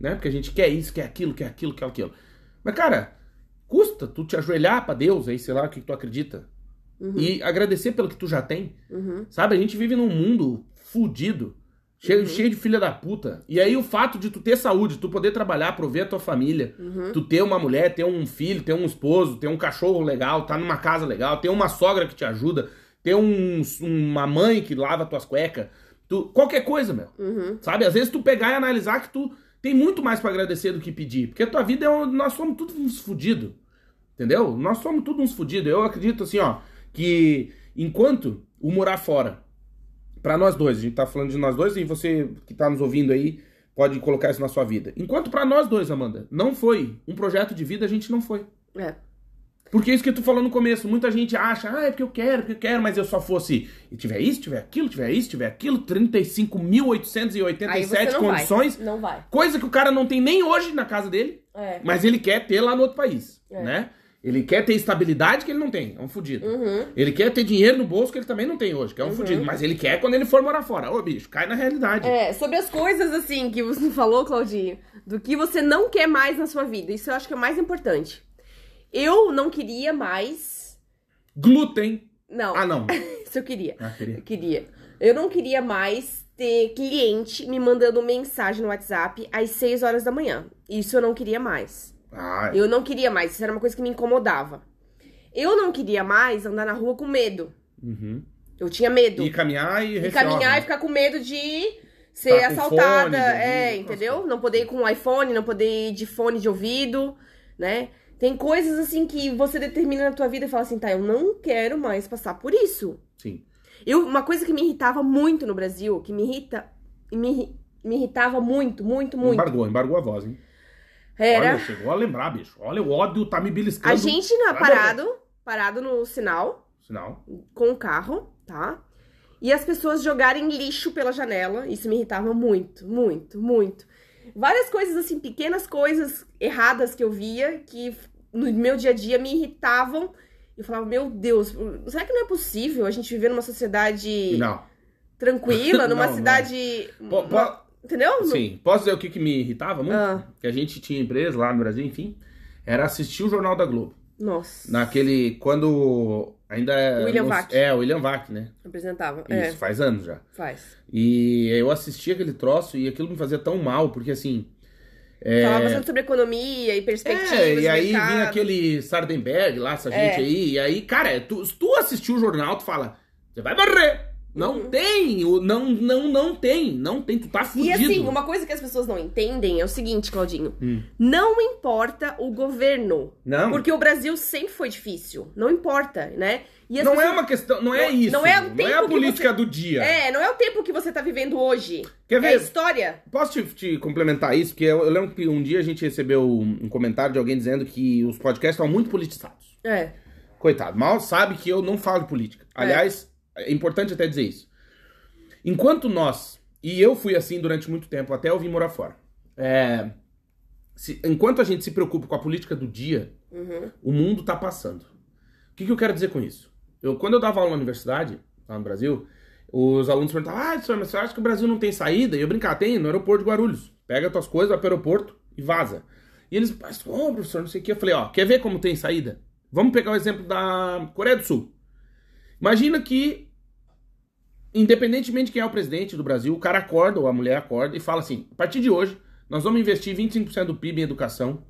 Speaker 1: né? Porque a gente quer isso, quer aquilo, quer aquilo, quer aquilo. Mas cara, custa tu te ajoelhar pra Deus aí, sei lá, o que tu acredita,
Speaker 3: Uhum.
Speaker 1: e agradecer pelo que tu já tem.
Speaker 3: Uhum.
Speaker 1: Sabe, a gente vive num mundo fudido, cheio,
Speaker 3: Uhum.
Speaker 1: cheio de filha da puta. E aí o fato de tu ter saúde, tu poder trabalhar, prover a tua família,
Speaker 3: Uhum.
Speaker 1: tu ter uma mulher, ter um filho, ter um esposo, ter um cachorro legal, tá numa casa legal, ter uma sogra que te ajuda, ter um, uma mãe que lava tuas cuecas, tu, qualquer coisa, meu.
Speaker 3: Uhum.
Speaker 1: Sabe, às vezes tu pegar e analisar que tu tem muito mais pra agradecer do que pedir, porque a tua vida é um, nós somos todos uns fudidos. Entendeu? Nós somos todos uns fudidos. Eu acredito assim, ó, que enquanto o morar fora pra nós dois, a gente tá falando de nós dois e você que tá nos ouvindo aí pode colocar isso na sua vida. Enquanto pra nós dois, Amanda, não foi um projeto de vida, a gente não foi.
Speaker 3: É.
Speaker 1: Porque isso que tu falou no começo, muita gente acha, ah, é porque eu quero, porque eu quero, mas eu só fosse. E tiver isso, tiver aquilo, tiver isso, tiver aquilo,
Speaker 3: Aí você
Speaker 1: 35.887
Speaker 3: não
Speaker 1: condições.
Speaker 3: vai. Não vai.
Speaker 1: Coisa que o cara não tem nem hoje na casa dele,
Speaker 3: É.
Speaker 1: mas ele quer ter lá no outro país,
Speaker 3: É.
Speaker 1: né? Ele quer ter estabilidade que ele não tem, é um fudido.
Speaker 3: Uhum.
Speaker 1: Ele quer ter dinheiro no bolso que ele também não tem hoje, que é um
Speaker 3: Uhum.
Speaker 1: fudido. Mas ele quer quando ele for morar fora. Ô, bicho, cai na realidade.
Speaker 3: É, sobre as coisas assim que você falou, Claudinho, do que você não quer mais na sua vida. Isso eu acho que é o mais importante. Eu não queria mais.
Speaker 1: Glúten.
Speaker 3: Não,
Speaker 1: Ah, não.
Speaker 3: isso eu queria.
Speaker 1: Ah, queria.
Speaker 3: Eu queria. Eu não queria mais ter cliente me mandando mensagem no WhatsApp às 6 horas da manhã. Isso eu não queria mais.
Speaker 1: Ah,
Speaker 3: Eu não queria mais, isso era uma coisa que me incomodava. Eu não queria mais andar na rua com medo.
Speaker 1: uhum.
Speaker 3: Eu tinha medo.
Speaker 1: E caminhar e
Speaker 3: E
Speaker 1: refriar,
Speaker 3: caminhar e
Speaker 1: né?
Speaker 3: ficar com medo de ser
Speaker 1: Tá com
Speaker 3: assaltada,
Speaker 1: fone de ouvido,
Speaker 3: é,
Speaker 1: essas
Speaker 3: entendeu?
Speaker 1: coisas.
Speaker 3: Não poder ir com um iPhone, não poder ir de fone de ouvido, né? Tem coisas assim que você determina na tua vida e fala assim, tá, eu não quero mais passar por isso.
Speaker 1: Sim.
Speaker 3: Eu, uma coisa que me irritava muito no Brasil, que me irrita, me, irri- me irritava muito, muito, muito,
Speaker 1: Embargou, embargou a voz, hein? Olha,
Speaker 3: era
Speaker 1: chegou a lembrar, bicho. Olha, o ódio tá me beliscando.
Speaker 3: a gente na-
Speaker 1: Vai
Speaker 3: parado, parado no sinal,
Speaker 1: Sinal.
Speaker 3: com o carro, tá? E as pessoas jogarem lixo pela janela. Isso me irritava muito, muito, muito. Várias coisas, assim, pequenas coisas erradas que eu via que f- no meu dia a dia me irritavam. Eu falava, meu Deus, será que não é possível a gente viver numa sociedade
Speaker 1: Não.
Speaker 3: tranquila, numa
Speaker 1: Não, não.
Speaker 3: cidade.
Speaker 1: Po- po-
Speaker 3: uma- Entendeu?
Speaker 1: Sim, posso dizer o que, que me irritava muito?
Speaker 3: Ah.
Speaker 1: Que a gente tinha empresa lá no Brasil, enfim. Era assistir o Jornal da Globo.
Speaker 3: Nossa.
Speaker 1: Naquele. Quando. Ainda. é-
Speaker 3: William
Speaker 1: não-
Speaker 3: Vac.
Speaker 1: É, William Vac, né?
Speaker 3: Apresentava.
Speaker 1: Isso,
Speaker 3: É,
Speaker 1: faz anos já.
Speaker 3: faz.
Speaker 1: E eu assistia aquele troço e aquilo me fazia tão mal, porque assim.
Speaker 3: Falava bastante sobre economia e perspectivas.
Speaker 1: É, e
Speaker 3: de
Speaker 1: aí
Speaker 3: mercado.
Speaker 1: vinha aquele Sardenberg lá, essa
Speaker 3: É.
Speaker 1: gente aí. E aí, cara, é tu, se tu assistir o jornal, tu fala, você vai morrer. Não tem, o- não, não, não tem, não tem, tu tá
Speaker 3: Uhum. E
Speaker 1: fudido.
Speaker 3: assim, uma coisa que as pessoas não entendem é o seguinte, Claudinho.
Speaker 1: Hum.
Speaker 3: Não importa o governo.
Speaker 1: Não,
Speaker 3: Porque o Brasil sempre foi difícil. Não importa, né? E as
Speaker 1: não é
Speaker 3: pessoas-
Speaker 1: uma questão, não é
Speaker 3: Não-
Speaker 1: isso.
Speaker 3: não é o
Speaker 1: não é
Speaker 3: tempo
Speaker 1: a
Speaker 3: que
Speaker 1: política do dia.
Speaker 3: É, não é o tempo que você tá vivendo hoje.
Speaker 1: Quer
Speaker 3: É a
Speaker 1: ver?
Speaker 3: história.
Speaker 1: Posso te, te complementar isso? Porque eu, eu lembro que um dia a gente recebeu um um comentário de alguém dizendo que os podcasts estão muito politizados.
Speaker 3: É.
Speaker 1: Coitado, mal sabe que eu não falo de política. Aliás, é importante até dizer isso. Enquanto nós, e eu fui assim durante muito tempo, até eu vim morar fora. é, se- enquanto a gente se preocupa com a política do dia,
Speaker 3: Uhum.
Speaker 1: o mundo tá passando. O que, que eu quero dizer com isso? Eu, quando eu dava aula na universidade, lá no Brasil, os alunos perguntavam, ah, professor, mas você acha que o Brasil não tem saída? E eu brincava, tem, no aeroporto de Guarulhos. Pega tuas coisas, vai pro aeroporto e vaza. E eles, mas, ô, professor, não sei o que. Eu falei, ó, quer ver como tem saída? Vamos pegar o exemplo da Coreia do Sul. Imagina que, independentemente de quem é o presidente do Brasil, o cara acorda ou a mulher acorda e fala assim, a partir de hoje, nós vamos investir 25% do PIB em educação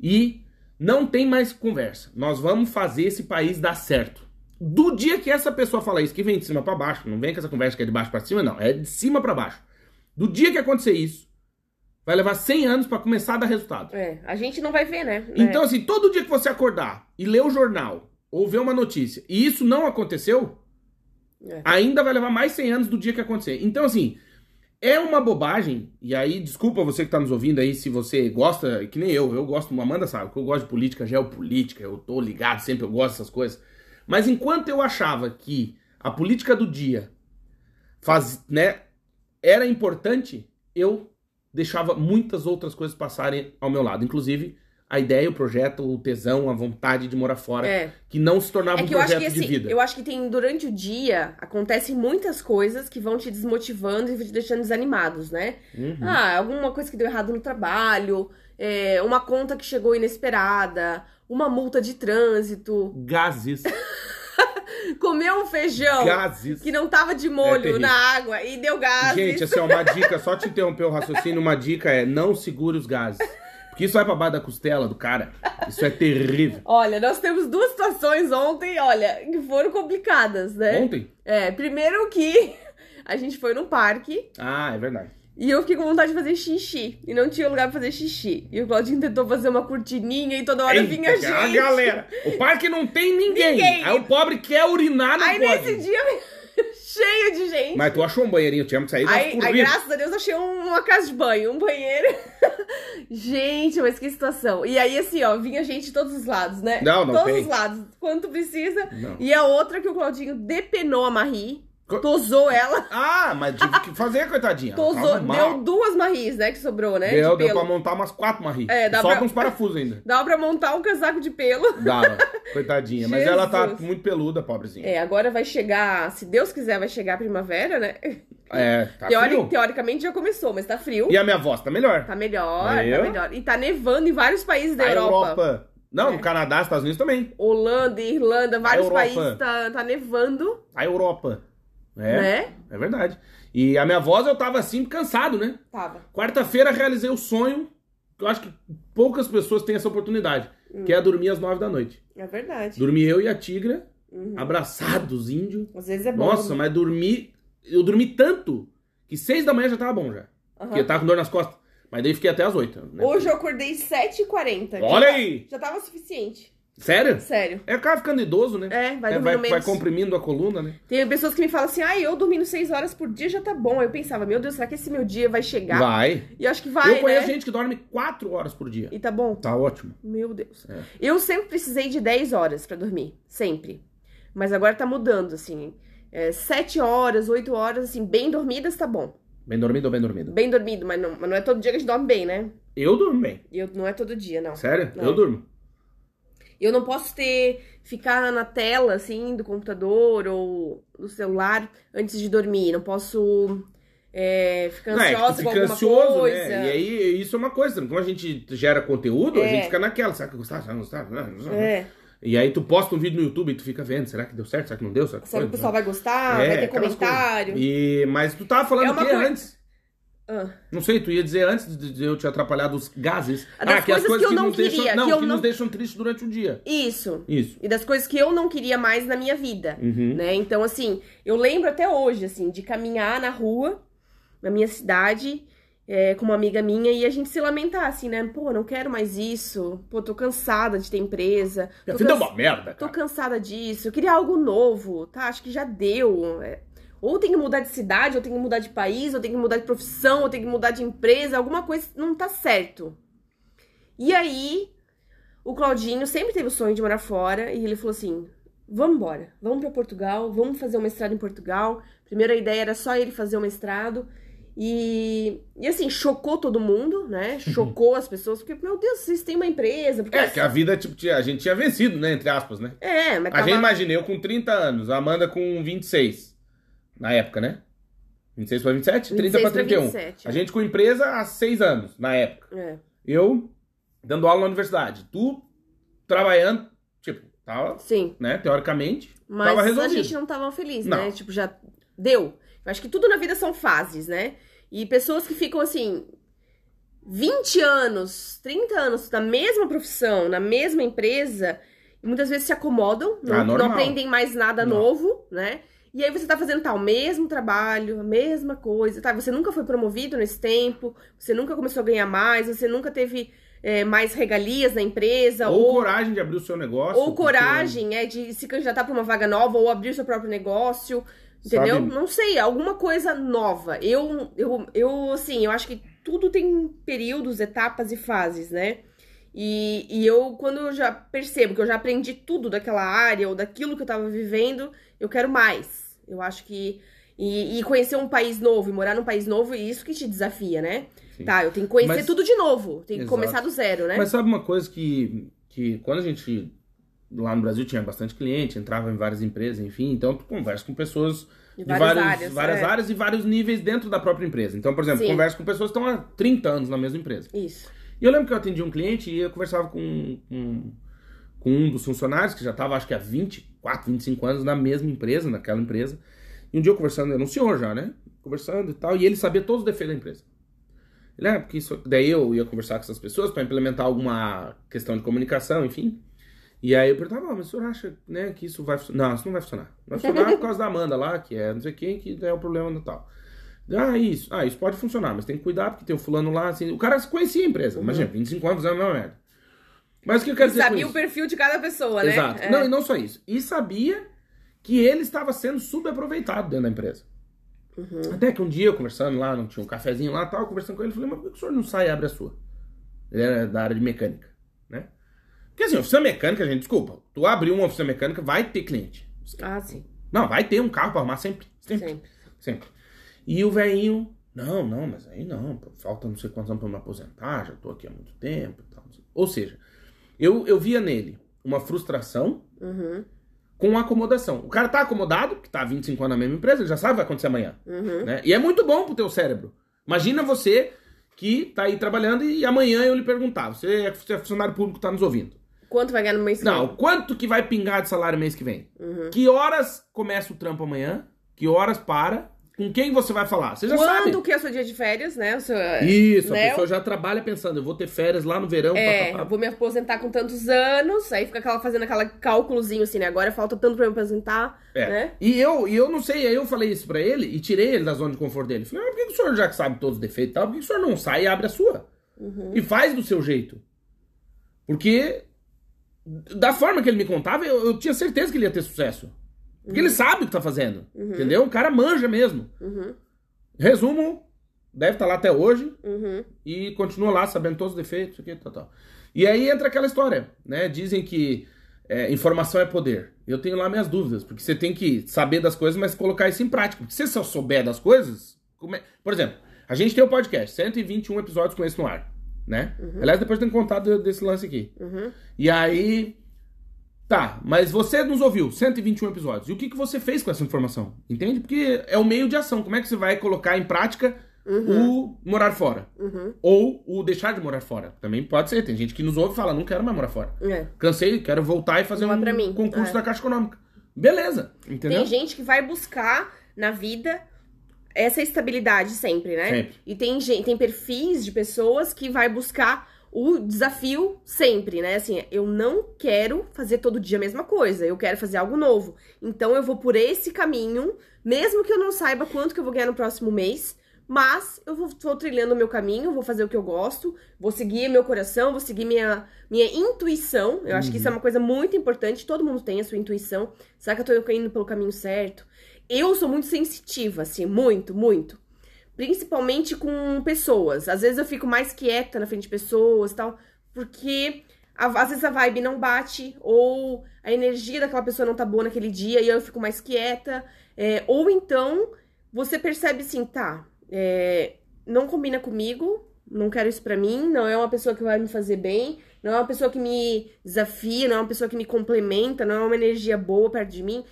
Speaker 1: e não tem mais conversa. Nós vamos fazer esse país dar certo. Do dia que essa pessoa fala isso, que vem de cima pra baixo, não vem com essa conversa que é de baixo pra cima, não. É de cima pra baixo. Do dia que acontecer isso, vai levar 100 anos pra começar a dar resultado.
Speaker 3: É. A gente não vai ver, né?
Speaker 1: Então, assim, todo dia que você acordar e ler o jornal ou ver uma notícia e isso não aconteceu,
Speaker 3: É.
Speaker 1: ainda vai levar mais 100 anos do dia que acontecer. Então, assim, é uma bobagem. E aí, desculpa você que tá nos ouvindo aí, se você gosta, que nem eu, eu gosto, Amanda sabe, que eu gosto de política, geopolítica, eu tô ligado sempre, eu gosto dessas coisas. Mas enquanto eu achava que a política do dia faz, né, era importante, eu deixava muitas outras coisas passarem ao meu lado. Inclusive, a ideia, o projeto, o tesão, a vontade de morar fora,
Speaker 3: É.
Speaker 1: que não se tornava
Speaker 3: É
Speaker 1: um
Speaker 3: que eu acho
Speaker 1: projeto
Speaker 3: que
Speaker 1: de
Speaker 3: assim,
Speaker 1: vida.
Speaker 3: eu acho que tem durante o dia acontecem muitas coisas que vão te desmotivando e te deixando desanimados, né?
Speaker 1: Uhum.
Speaker 3: Ah, alguma coisa que deu errado no trabalho, é, uma conta que chegou inesperada, uma multa de trânsito,
Speaker 1: Gases.
Speaker 3: comeu um feijão
Speaker 1: Gases.
Speaker 3: que não tava de
Speaker 1: É
Speaker 3: molho
Speaker 1: terrível.
Speaker 3: na água e deu gases.
Speaker 1: Gente, assim, ó, uma dica, só te interromper o raciocínio, uma dica é não segure os gases. Porque isso vai pra baixo da costela do cara. Isso é terrível.
Speaker 3: Olha, nós temos duas situações ontem, olha, que foram complicadas, né?
Speaker 1: Ontem?
Speaker 3: É, primeiro que a gente foi num parque
Speaker 1: Ah, é verdade.
Speaker 3: e eu fiquei com vontade de fazer xixi. E não tinha lugar pra fazer xixi. E o Claudinho tentou fazer uma cortininha e toda hora
Speaker 1: Eita,
Speaker 3: vinha gente.
Speaker 1: A galera. O parque não tem ninguém.
Speaker 3: Ninguém.
Speaker 1: Aí o pobre quer urinar, não
Speaker 3: Aí
Speaker 1: pode.
Speaker 3: nesse dia cheio de gente.
Speaker 1: Mas tu achou um banheirinho, tínhamos saído
Speaker 3: Aí, aí,
Speaker 1: corridas.
Speaker 3: graças a Deus, achei um- uma casa de banho, um banheiro. gente, mas que situação. E aí, assim, ó, vinha gente de todos os lados, né?
Speaker 1: Não, não
Speaker 3: Todos
Speaker 1: tem.
Speaker 3: os lados, quanto precisa.
Speaker 1: Não.
Speaker 3: E a outra que o Claudinho depenou a Marie,
Speaker 1: Co-
Speaker 3: tosou ela,
Speaker 1: Ah, mas tive que fazer, coitadinha. Ela
Speaker 3: tosou,
Speaker 1: tava mal.
Speaker 3: deu duas Maries, né, que sobrou, né,
Speaker 1: Deu,
Speaker 3: de
Speaker 1: deu
Speaker 3: pelo.
Speaker 1: pra montar umas quatro marri.
Speaker 3: É, dá
Speaker 1: Só
Speaker 3: pra-
Speaker 1: com uns parafusos ainda.
Speaker 3: Dava pra montar um casaco de pelo.
Speaker 1: Dava. Coitadinha. Mas ela tá
Speaker 3: Jesus.
Speaker 1: muito peluda, pobrezinha.
Speaker 3: É, agora vai chegar, se Deus quiser, vai chegar a primavera, né?
Speaker 1: É, tá
Speaker 3: Teori-
Speaker 1: frio.
Speaker 3: Teoricamente já começou, mas tá frio.
Speaker 1: E a minha voz tá melhor.
Speaker 3: Tá melhor,
Speaker 1: Aí Tá eu-
Speaker 3: tá melhor. E tá nevando em vários países Tá da
Speaker 1: A
Speaker 3: Europa.
Speaker 1: Não,
Speaker 3: É.
Speaker 1: no Canadá, Estados Unidos também.
Speaker 3: Holanda, Irlanda, vários
Speaker 1: Europa.
Speaker 3: países tá, tá nevando,
Speaker 1: A Europa. É,
Speaker 3: né?
Speaker 1: é verdade. E a minha voz eu tava assim, cansado, né?
Speaker 3: Tava.
Speaker 1: Quarta-feira realizei o sonho, que eu acho que poucas pessoas têm essa oportunidade, que é dormir às nove da noite.
Speaker 3: É verdade.
Speaker 1: Dormi eu e a tigra,
Speaker 3: Uhum.
Speaker 1: abraçados, índio.
Speaker 3: Às vezes é bom.
Speaker 1: Nossa, mas dormi... Eu dormi tanto que seis da manhã já tava bom já.
Speaker 3: Aham.
Speaker 1: Porque eu tava com dor nas costas. Mas daí fiquei até às oito. né?
Speaker 3: Hoje eu acordei 7h40.
Speaker 1: Olha aí!
Speaker 3: tipo, Já tava o suficiente.
Speaker 1: Sério?
Speaker 3: Sério.
Speaker 1: É o cara ficando idoso, né?
Speaker 3: É, vai
Speaker 1: É,
Speaker 3: dormindo
Speaker 1: vai, vai
Speaker 3: menos.
Speaker 1: comprimindo a coluna, né?
Speaker 3: Tem pessoas que me falam assim, ah, eu dormindo 6 horas por dia já tá bom. Eu pensava, meu Deus, será que esse meu dia vai chegar?
Speaker 1: Vai.
Speaker 3: E eu acho que vai,
Speaker 1: eu conheço
Speaker 3: né?
Speaker 1: gente que dorme 4 horas por dia.
Speaker 3: E tá bom.
Speaker 1: Tá ótimo.
Speaker 3: Meu Deus.
Speaker 1: É.
Speaker 3: Eu sempre precisei de 10 horas pra dormir. Sempre. Mas agora tá mudando, assim. É, 7 horas, 8 horas, assim, bem dormidas tá bom.
Speaker 1: Bem dormido ou bem dormido?
Speaker 3: Bem dormido, mas não, mas não é todo dia que a gente dorme bem, né?
Speaker 1: Eu durmo bem.
Speaker 3: Eu, não é todo dia, não.
Speaker 1: Sério?
Speaker 3: Não.
Speaker 1: Eu durmo.
Speaker 3: Eu não posso ter, ficar na tela, assim, do computador ou do celular antes de dormir. Não posso é, ficar
Speaker 1: Não, é que tu
Speaker 3: ansiosa com
Speaker 1: fica
Speaker 3: alguma
Speaker 1: ansioso,
Speaker 3: coisa.
Speaker 1: né? E aí, isso é uma coisa. Como a gente gera conteúdo, a
Speaker 3: É.
Speaker 1: gente fica naquela. Será que gostava? Será que não gostava?
Speaker 3: É.
Speaker 1: E aí tu posta um vídeo no YouTube e tu fica vendo. Será que deu certo? Será que não deu? Será que
Speaker 3: Será que o
Speaker 1: foi?
Speaker 3: pessoal vai gostar?
Speaker 1: É,
Speaker 3: vai ter
Speaker 1: aquelas
Speaker 3: comentário?
Speaker 1: coisas. E... Mas tu tava falando
Speaker 3: É
Speaker 1: o
Speaker 3: uma
Speaker 1: que
Speaker 3: coisa-
Speaker 1: antes?
Speaker 3: Ah,
Speaker 1: Não sei, tu ia dizer antes de de eu te atrapalhar dos gases.
Speaker 3: Ah, das
Speaker 1: que as
Speaker 3: coisas que eu não
Speaker 1: nos deixam,
Speaker 3: queria,
Speaker 1: não,
Speaker 3: que eu
Speaker 1: que
Speaker 3: não-
Speaker 1: nos deixam tristes durante o dia.
Speaker 3: isso.
Speaker 1: Isso.
Speaker 3: E das coisas que eu não queria mais na minha vida.
Speaker 1: Uhum.
Speaker 3: né? Então, assim, eu lembro até hoje, assim, de caminhar na rua, na minha cidade, é, com uma amiga minha, e a gente se lamentar, assim, né? Pô, não quero mais isso, pô, tô cansada de ter empresa, tô,
Speaker 1: Minha vida é
Speaker 3: cansa-
Speaker 1: uma merda,
Speaker 3: tô
Speaker 1: cara.
Speaker 3: cansada disso, eu queria algo novo, tá? Acho que já deu. é. Ou tem que mudar de cidade, ou tem que mudar de país, ou tem que mudar de profissão, ou tem que mudar de empresa, alguma coisa não tá certo. E aí, o Claudinho sempre teve o sonho de morar fora e ele falou assim: vamos embora, vamos pra Portugal, vamos fazer um mestrado em Portugal. Primeiro a ideia era só ele fazer o mestrado. E, e assim, chocou todo mundo, né? Chocou as pessoas, porque, meu Deus, vocês têm uma empresa. Porque
Speaker 1: Uhum. É, que a vida, tipo, tinha- a gente tinha vencido, né? Entre aspas, né?
Speaker 3: É, mas
Speaker 1: A gente
Speaker 3: tava-
Speaker 1: imagina, eu com 30 anos, a Amanda com 26. Na época, né? 26 pra 27, 30 pra
Speaker 3: 26 pra
Speaker 1: 31.
Speaker 3: 27,
Speaker 1: a
Speaker 3: é.
Speaker 1: gente com empresa há 6 anos, na época.
Speaker 3: É,
Speaker 1: Eu dando aula na universidade. Tu trabalhando, tipo, tava,
Speaker 3: sim.
Speaker 1: né? Teoricamente, tava
Speaker 3: Mas a
Speaker 1: resolvido.
Speaker 3: gente não tava feliz,
Speaker 1: Não.
Speaker 3: né? Tipo, já deu. Eu acho que tudo na vida são fases, né? E pessoas que ficam assim, 20 anos, 30 anos na mesma profissão, na mesma empresa, e muitas vezes se acomodam, não,
Speaker 1: Ah,
Speaker 3: não
Speaker 1: normal.
Speaker 3: aprendem mais nada
Speaker 1: Não.
Speaker 3: novo, né? E aí você tá fazendo tá, o mesmo trabalho, a mesma coisa, tá? Você nunca foi promovido nesse tempo, você nunca começou a ganhar mais, você nunca teve eh, mais regalias na empresa,
Speaker 1: Ou coragem de abrir o seu negócio.
Speaker 3: Então, ou
Speaker 1: porque-
Speaker 3: coragem é de se candidatar pra uma vaga nova ou abrir o seu próprio negócio, entendeu?
Speaker 1: Sabe-
Speaker 3: Não sei, alguma coisa nova. Eu, eu, eu, assim, eu acho que tudo tem períodos, etapas e fases, né? E, e eu, quando eu já percebo que eu já aprendi tudo daquela área ou daquilo que eu tava vivendo, eu quero mais. Eu acho que. E, e conhecer um país novo, e morar num país novo, e isso que te desafia, né?
Speaker 1: Sim.
Speaker 3: Tá, eu tenho que conhecer
Speaker 1: Mas-
Speaker 3: tudo de novo. Tenho que
Speaker 1: Exato.
Speaker 3: começar do zero, né?
Speaker 1: Mas sabe uma coisa que, que quando a gente lá no Brasil tinha bastante cliente, entrava em várias empresas, enfim, então tu conversa com pessoas
Speaker 3: De
Speaker 1: de várias, várias,
Speaker 3: áreas.
Speaker 1: áreas,
Speaker 3: é.
Speaker 1: e vários níveis dentro da própria empresa. Então, por exemplo,
Speaker 3: Sim.
Speaker 1: conversa com pessoas que estão há 30 anos na mesma empresa.
Speaker 3: Isso.
Speaker 1: E eu lembro que eu atendi um cliente e eu conversava com, com, com um dos funcionários que já estava, acho que há 24, 25 anos na mesma empresa, naquela empresa. E um dia eu conversando, era um senhor já, né? Conversando e tal, e ele sabia todos os defeitos da empresa. Ele, ah, porque isso... Daí eu ia conversar com essas pessoas para implementar alguma questão de comunicação, enfim. E aí eu perguntava, ah, mas o senhor acha né, que isso vai funcionar? Não, isso não vai funcionar. Não vai funcionar por causa da Amanda lá, que é não sei quem, que é o problema do tal. Ah, isso. Ah, isso pode funcionar, mas tem que cuidar, porque tem o fulano lá, assim. O cara conhecia a empresa. Imagina, 25 anos fazendo a mesma merda. Mas o que eu quero dizer com
Speaker 3: Sabia
Speaker 1: isso?
Speaker 3: o perfil de cada pessoa, né?
Speaker 1: Exato.
Speaker 3: É.
Speaker 1: Não, e não só isso. E sabia que ele estava sendo subaproveitado dentro da empresa.
Speaker 3: Uhum.
Speaker 1: Até que um dia, eu conversando lá, não tinha um cafezinho lá tal, conversando com ele, eu falei, mas por que o senhor não sai e abre a sua? Ele era da área de mecânica, né? Porque assim, oficina mecânica, gente, desculpa, tu abrir uma oficina mecânica, vai ter cliente.
Speaker 3: Ah, sim.
Speaker 1: Não, vai ter um carro pra arrumar sempre. Sempre.
Speaker 3: Sempre.
Speaker 1: Sempre. E o velhinho, não, não, mas aí não, pô, falta não sei quantos anos pra me aposentar, já tô aqui há muito tempo. e Tal, não sei. Ou seja, eu, eu via nele uma frustração
Speaker 3: Uhum,
Speaker 1: com acomodação. O cara tá acomodado, que tá há 25 anos na mesma empresa, ele já sabe o que vai acontecer amanhã.
Speaker 3: uhum.
Speaker 1: Né? E é muito bom pro teu cérebro. Imagina você que tá aí trabalhando e amanhã eu lhe perguntar, você é você é funcionário público, tá nos ouvindo.
Speaker 3: Quanto vai ganhar no mês que
Speaker 1: Não,
Speaker 3: vem?
Speaker 1: quanto que vai pingar de salário mês que vem?
Speaker 3: Uhum.
Speaker 1: Que horas começa o trampo amanhã? Que horas para? Com quem você vai falar? Você já
Speaker 3: Quando
Speaker 1: sabe.
Speaker 3: que é o seu dia de férias, né? O seu...
Speaker 1: Isso,
Speaker 3: né?
Speaker 1: a pessoa já trabalha pensando, eu vou ter férias lá no verão.
Speaker 3: É,
Speaker 1: pá, pá,
Speaker 3: eu
Speaker 1: pá.
Speaker 3: vou me aposentar com tantos anos, aí fica aquela, fazendo aquele cálculozinho assim, né? Agora falta tanto pra me aposentar,
Speaker 1: É.
Speaker 3: né?
Speaker 1: E eu, e eu não sei, aí eu falei isso pra ele e tirei ele da zona de conforto dele. Falei, mas por que que o senhor já que sabe todos os defeitos e tal, por que que o senhor não sai e abre a sua?
Speaker 3: Uhum.
Speaker 1: E faz do seu jeito. Porque da forma que ele me contava, eu, eu tinha certeza que ele ia ter sucesso. Porque ele sabe o que tá fazendo. Entendeu? O cara manja mesmo.
Speaker 3: Uhum,
Speaker 1: Resumo, deve estar lá até hoje.
Speaker 3: uhum,
Speaker 1: e continua lá sabendo todos os defeitos, isso aqui, tal, tal. E aí entra aquela história, né? Dizem que é, informação é poder. Eu tenho lá minhas dúvidas, porque você tem que saber das coisas, mas colocar isso em prática. Porque se você só souber das coisas, como é- por exemplo, a gente tem o podcast, 121 episódios com esse no ar, né? Aliás, depois tem contado desse lance aqui.
Speaker 3: uhum.
Speaker 1: E aí. Tá, mas você nos ouviu 121 episódios. E o que, que você fez com essa informação? Entende? Porque é o meio de ação. Como é que você vai colocar em prática
Speaker 3: uhum,
Speaker 1: o morar fora? Ou o deixar de morar fora? Também pode ser. Tem gente que nos ouve e fala: não quero mais morar fora.
Speaker 3: É.
Speaker 1: Cansei, quero voltar e fazer
Speaker 3: Não é
Speaker 1: um
Speaker 3: pra mim.
Speaker 1: concurso
Speaker 3: É.
Speaker 1: da Caixa Econômica. Beleza, entendeu?
Speaker 3: Tem gente que vai buscar na vida essa estabilidade sempre, né?
Speaker 1: Sempre.
Speaker 3: E tem gente, tem perfis de pessoas que vai buscar o desafio sempre, né? Assim, eu não quero fazer todo dia a mesma coisa, eu quero fazer algo novo. Então eu vou por esse caminho, mesmo que eu não saiba quanto que eu vou ganhar no próximo mês, mas eu vou, vou trilhando o meu caminho, vou fazer o que eu gosto, vou seguir meu coração, vou seguir minha, minha intuição. Eu acho que isso é uma coisa muito importante, todo mundo tem a sua intuição. Será que eu tô indo pelo caminho certo? Eu sou muito sensitiva, assim, muito, muito. Principalmente com pessoas. Às vezes eu fico mais quieta na frente de pessoas e tal, porque a- às vezes a vibe não bate, ou a energia daquela pessoa não tá boa naquele dia e eu fico mais quieta. É, ou então você percebe assim, tá, é, não combina comigo, não quero isso pra mim, não é uma pessoa que vai me fazer bem, não é uma pessoa que me desafia, não é uma pessoa que me complementa, não é uma energia boa perto de mim.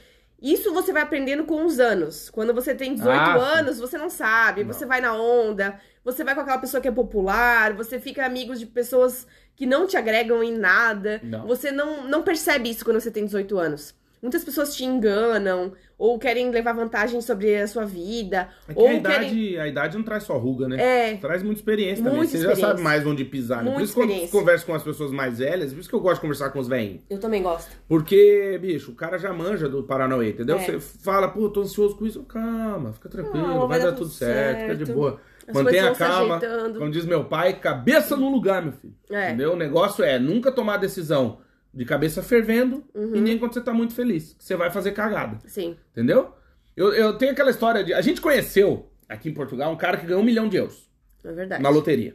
Speaker 3: Isso você vai aprendendo com os anos. Quando você tem 18
Speaker 1: Ah, sim.
Speaker 3: anos, você não sabe,
Speaker 1: Não.
Speaker 3: você vai na onda, você vai com aquela pessoa que é popular, você fica amigo de pessoas que não te agregam em nada.
Speaker 1: Não.
Speaker 3: Você não, não percebe isso quando você tem 18 anos. Muitas pessoas te enganam, ou querem levar vantagem sobre a sua vida,
Speaker 1: É que
Speaker 3: ou
Speaker 1: a, idade,
Speaker 3: querem.
Speaker 1: a idade não traz só ruga, né?
Speaker 3: É,
Speaker 1: Traz muita experiência também.
Speaker 3: Muita
Speaker 1: Você já
Speaker 3: experiência.
Speaker 1: sabe mais onde pisar. Né? Por
Speaker 3: Muita
Speaker 1: isso que eu
Speaker 3: experiência.
Speaker 1: converso com as pessoas mais velhas, por isso que eu gosto de conversar com os velhinhos.
Speaker 3: eu também gosto.
Speaker 1: Porque, bicho, o cara já manja do Paranauê, entendeu?
Speaker 3: É.
Speaker 1: Você fala, pô, tô ansioso com isso. Calma, fica tranquilo,
Speaker 3: Não,
Speaker 1: vai dar tudo certo, fica de
Speaker 3: certo.
Speaker 1: boa.
Speaker 3: As
Speaker 1: Mantenha a
Speaker 3: coisas vão se
Speaker 1: calma.
Speaker 3: ajeitando.
Speaker 1: Como diz meu pai, cabeça no lugar, meu filho.
Speaker 3: É.
Speaker 1: Entendeu? O negócio é nunca tomar decisão de cabeça fervendo e
Speaker 3: Uhum.
Speaker 1: nem quando você tá muito feliz. que Você vai fazer cagada,
Speaker 3: Sim.
Speaker 1: entendeu? Eu, eu tenho aquela história de. A gente conheceu aqui em Portugal um cara que ganhou um milhão de euros
Speaker 3: É verdade.
Speaker 1: na loteria.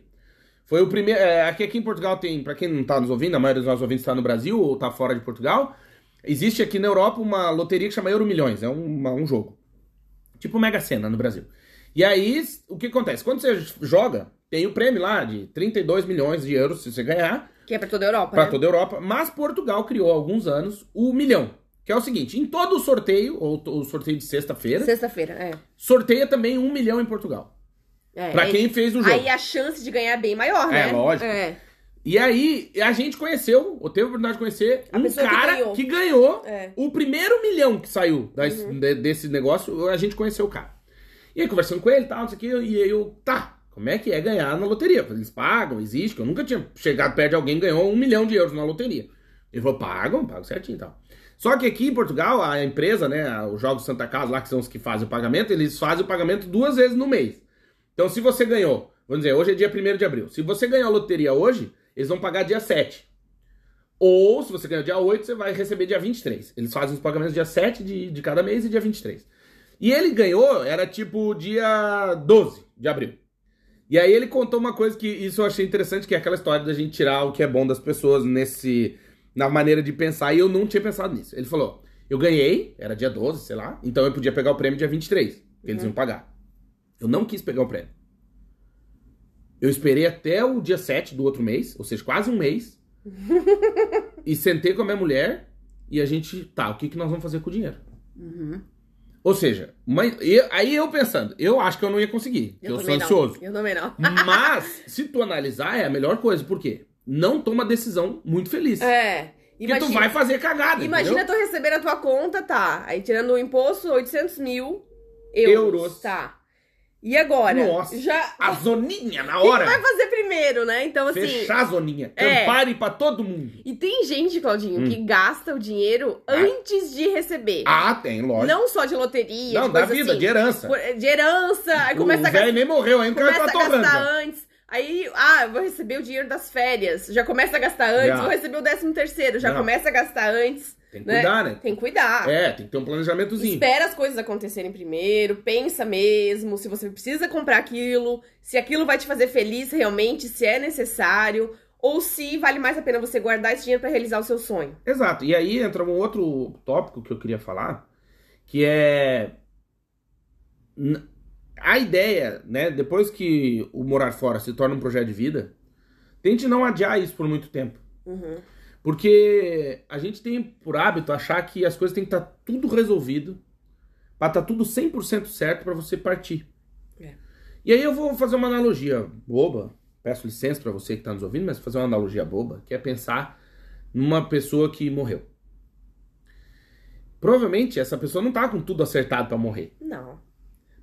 Speaker 1: Foi o primeiro. é, aqui, aqui em Portugal tem, pra quem não tá nos ouvindo, a maioria dos nossos ouvintes tá no Brasil ou tá fora de Portugal. Existe aqui na Europa uma loteria que chama Euro Milhões, é um, uma- um jogo. Tipo Mega Sena no Brasil. E aí, o que acontece? Quando você joga, tem o prêmio lá de 32 milhões de euros se você ganhar
Speaker 3: Que é pra toda a Europa,
Speaker 1: para
Speaker 3: né?
Speaker 1: toda a Europa, mas Portugal criou há alguns anos o milhão, que é o seguinte, em todo o sorteio, ou to- o sorteio de sexta-feira,
Speaker 3: Sexta-feira, é.
Speaker 1: sorteia também um milhão em Portugal,
Speaker 3: é
Speaker 1: Pra
Speaker 3: aí-
Speaker 1: quem fez o jogo.
Speaker 3: Aí a chance de ganhar é bem maior,
Speaker 1: É,
Speaker 3: né?
Speaker 1: lógico.
Speaker 3: É,
Speaker 1: E aí, a gente conheceu, ou teve a oportunidade de conhecer,
Speaker 3: A
Speaker 1: um
Speaker 3: pessoa que
Speaker 1: cara
Speaker 3: ganhou.
Speaker 1: que ganhou,
Speaker 3: É.
Speaker 1: o primeiro milhão que saiu da- de- desse negócio, a gente conheceu o cara. E aí, conversando com ele e tal, não sei o que, e aí eu, tá, como é que é ganhar na loteria? Eles pagam, existe, que eu nunca tinha chegado perto de alguém que ganhou um milhão de euros na loteria. Ele falou, pagam, pagam certinho e tal. Só que aqui em Portugal, a empresa, né, a- os Jogos Santa Casa lá, que são os que fazem o pagamento, eles fazem o pagamento duas vezes no mês. Então, se você ganhou, vamos dizer, hoje é dia 1 de abril. Se você ganhou a loteria hoje, eles vão pagar dia 7. Ou, se você ganhou dia 8, você vai receber dia 23. Eles fazem os pagamentos dia 7 de, de cada mês e dia 23. E ele ganhou, era tipo dia 12 de abril. E aí ele contou uma coisa que isso eu achei interessante, que é aquela história da gente tirar o que é bom das pessoas nesse na maneira de pensar, e eu não tinha pensado nisso. Ele falou: "Eu ganhei, era dia 12, sei lá, então eu podia pegar o prêmio dia 23, que eles iam pagar. Eu não quis pegar o prêmio. Eu esperei até o dia 7 do outro mês, ou seja, quase um mês. e sentei com a minha mulher e a gente, tá, o que que nós vamos fazer com o dinheiro?
Speaker 3: Uhum.
Speaker 1: Ou seja, mas, e- aí eu pensando, eu acho que eu não ia conseguir, eu, eu sou
Speaker 3: também não.
Speaker 1: ansioso.
Speaker 3: Eu também não.
Speaker 1: Mas, se tu analisar, é a melhor coisa. Por quê? Não toma decisão muito feliz.
Speaker 3: É.
Speaker 1: porque tu vai fazer cagada.
Speaker 3: Imagina
Speaker 1: entendeu?
Speaker 3: tu receber a tua conta, tá? Aí tirando o imposto, 800 mil euros.
Speaker 1: Euros.
Speaker 3: Tá. E agora?
Speaker 1: Nossa.
Speaker 3: Já.
Speaker 1: A zoninha na
Speaker 3: O que que
Speaker 1: hora.
Speaker 3: vai fazer primeiro, né? Então, assim.
Speaker 1: Fechar a zoninha.
Speaker 3: é.
Speaker 1: Campare pra todo mundo.
Speaker 3: E tem gente, Claudinho,
Speaker 1: Hum.
Speaker 3: que gasta o dinheiro
Speaker 1: Ah.
Speaker 3: antes de receber.
Speaker 1: Ah, tem, lógico.
Speaker 3: Não só de loteria,
Speaker 1: Não,
Speaker 3: de
Speaker 1: da
Speaker 3: coisa
Speaker 1: vida,
Speaker 3: assim.
Speaker 1: de herança.
Speaker 3: Por- de herança. Aí começa
Speaker 1: o tá
Speaker 3: a gastar.
Speaker 1: velho nem morreu ainda,
Speaker 3: começa
Speaker 1: caiu
Speaker 3: a
Speaker 1: pra torrando.
Speaker 3: gastar antes. Aí, ah, eu vou receber o dinheiro das férias. Já começa a gastar antes.
Speaker 1: Já.
Speaker 3: Vou receber o décimo terceiro. Já
Speaker 1: Já.
Speaker 3: começa a gastar antes.
Speaker 1: Tem que
Speaker 3: né?
Speaker 1: cuidar, né?
Speaker 3: Tem que cuidar.
Speaker 1: É, tem que ter um planejamentozinho.
Speaker 3: Espera as coisas acontecerem primeiro, pensa mesmo se você precisa comprar aquilo, se aquilo vai te fazer feliz realmente, se é necessário, ou se vale mais a pena você guardar esse dinheiro pra realizar o seu sonho.
Speaker 1: Exato. E aí entra um outro tópico que eu queria falar, que é n- a ideia, né? Depois que o morar fora se torna um projeto de vida, tente não adiar isso por muito tempo.
Speaker 3: Uhum.
Speaker 1: Porque a gente tem por hábito achar que as coisas têm que estar tudo resolvido, pra estar tudo 100% certo pra você partir.
Speaker 3: É.
Speaker 1: E aí eu vou fazer uma analogia boba, peço licença pra você que tá nos ouvindo, mas vou fazer uma analogia boba, que é pensar numa pessoa que morreu. Provavelmente essa pessoa não tá com tudo acertado pra morrer,
Speaker 3: Não.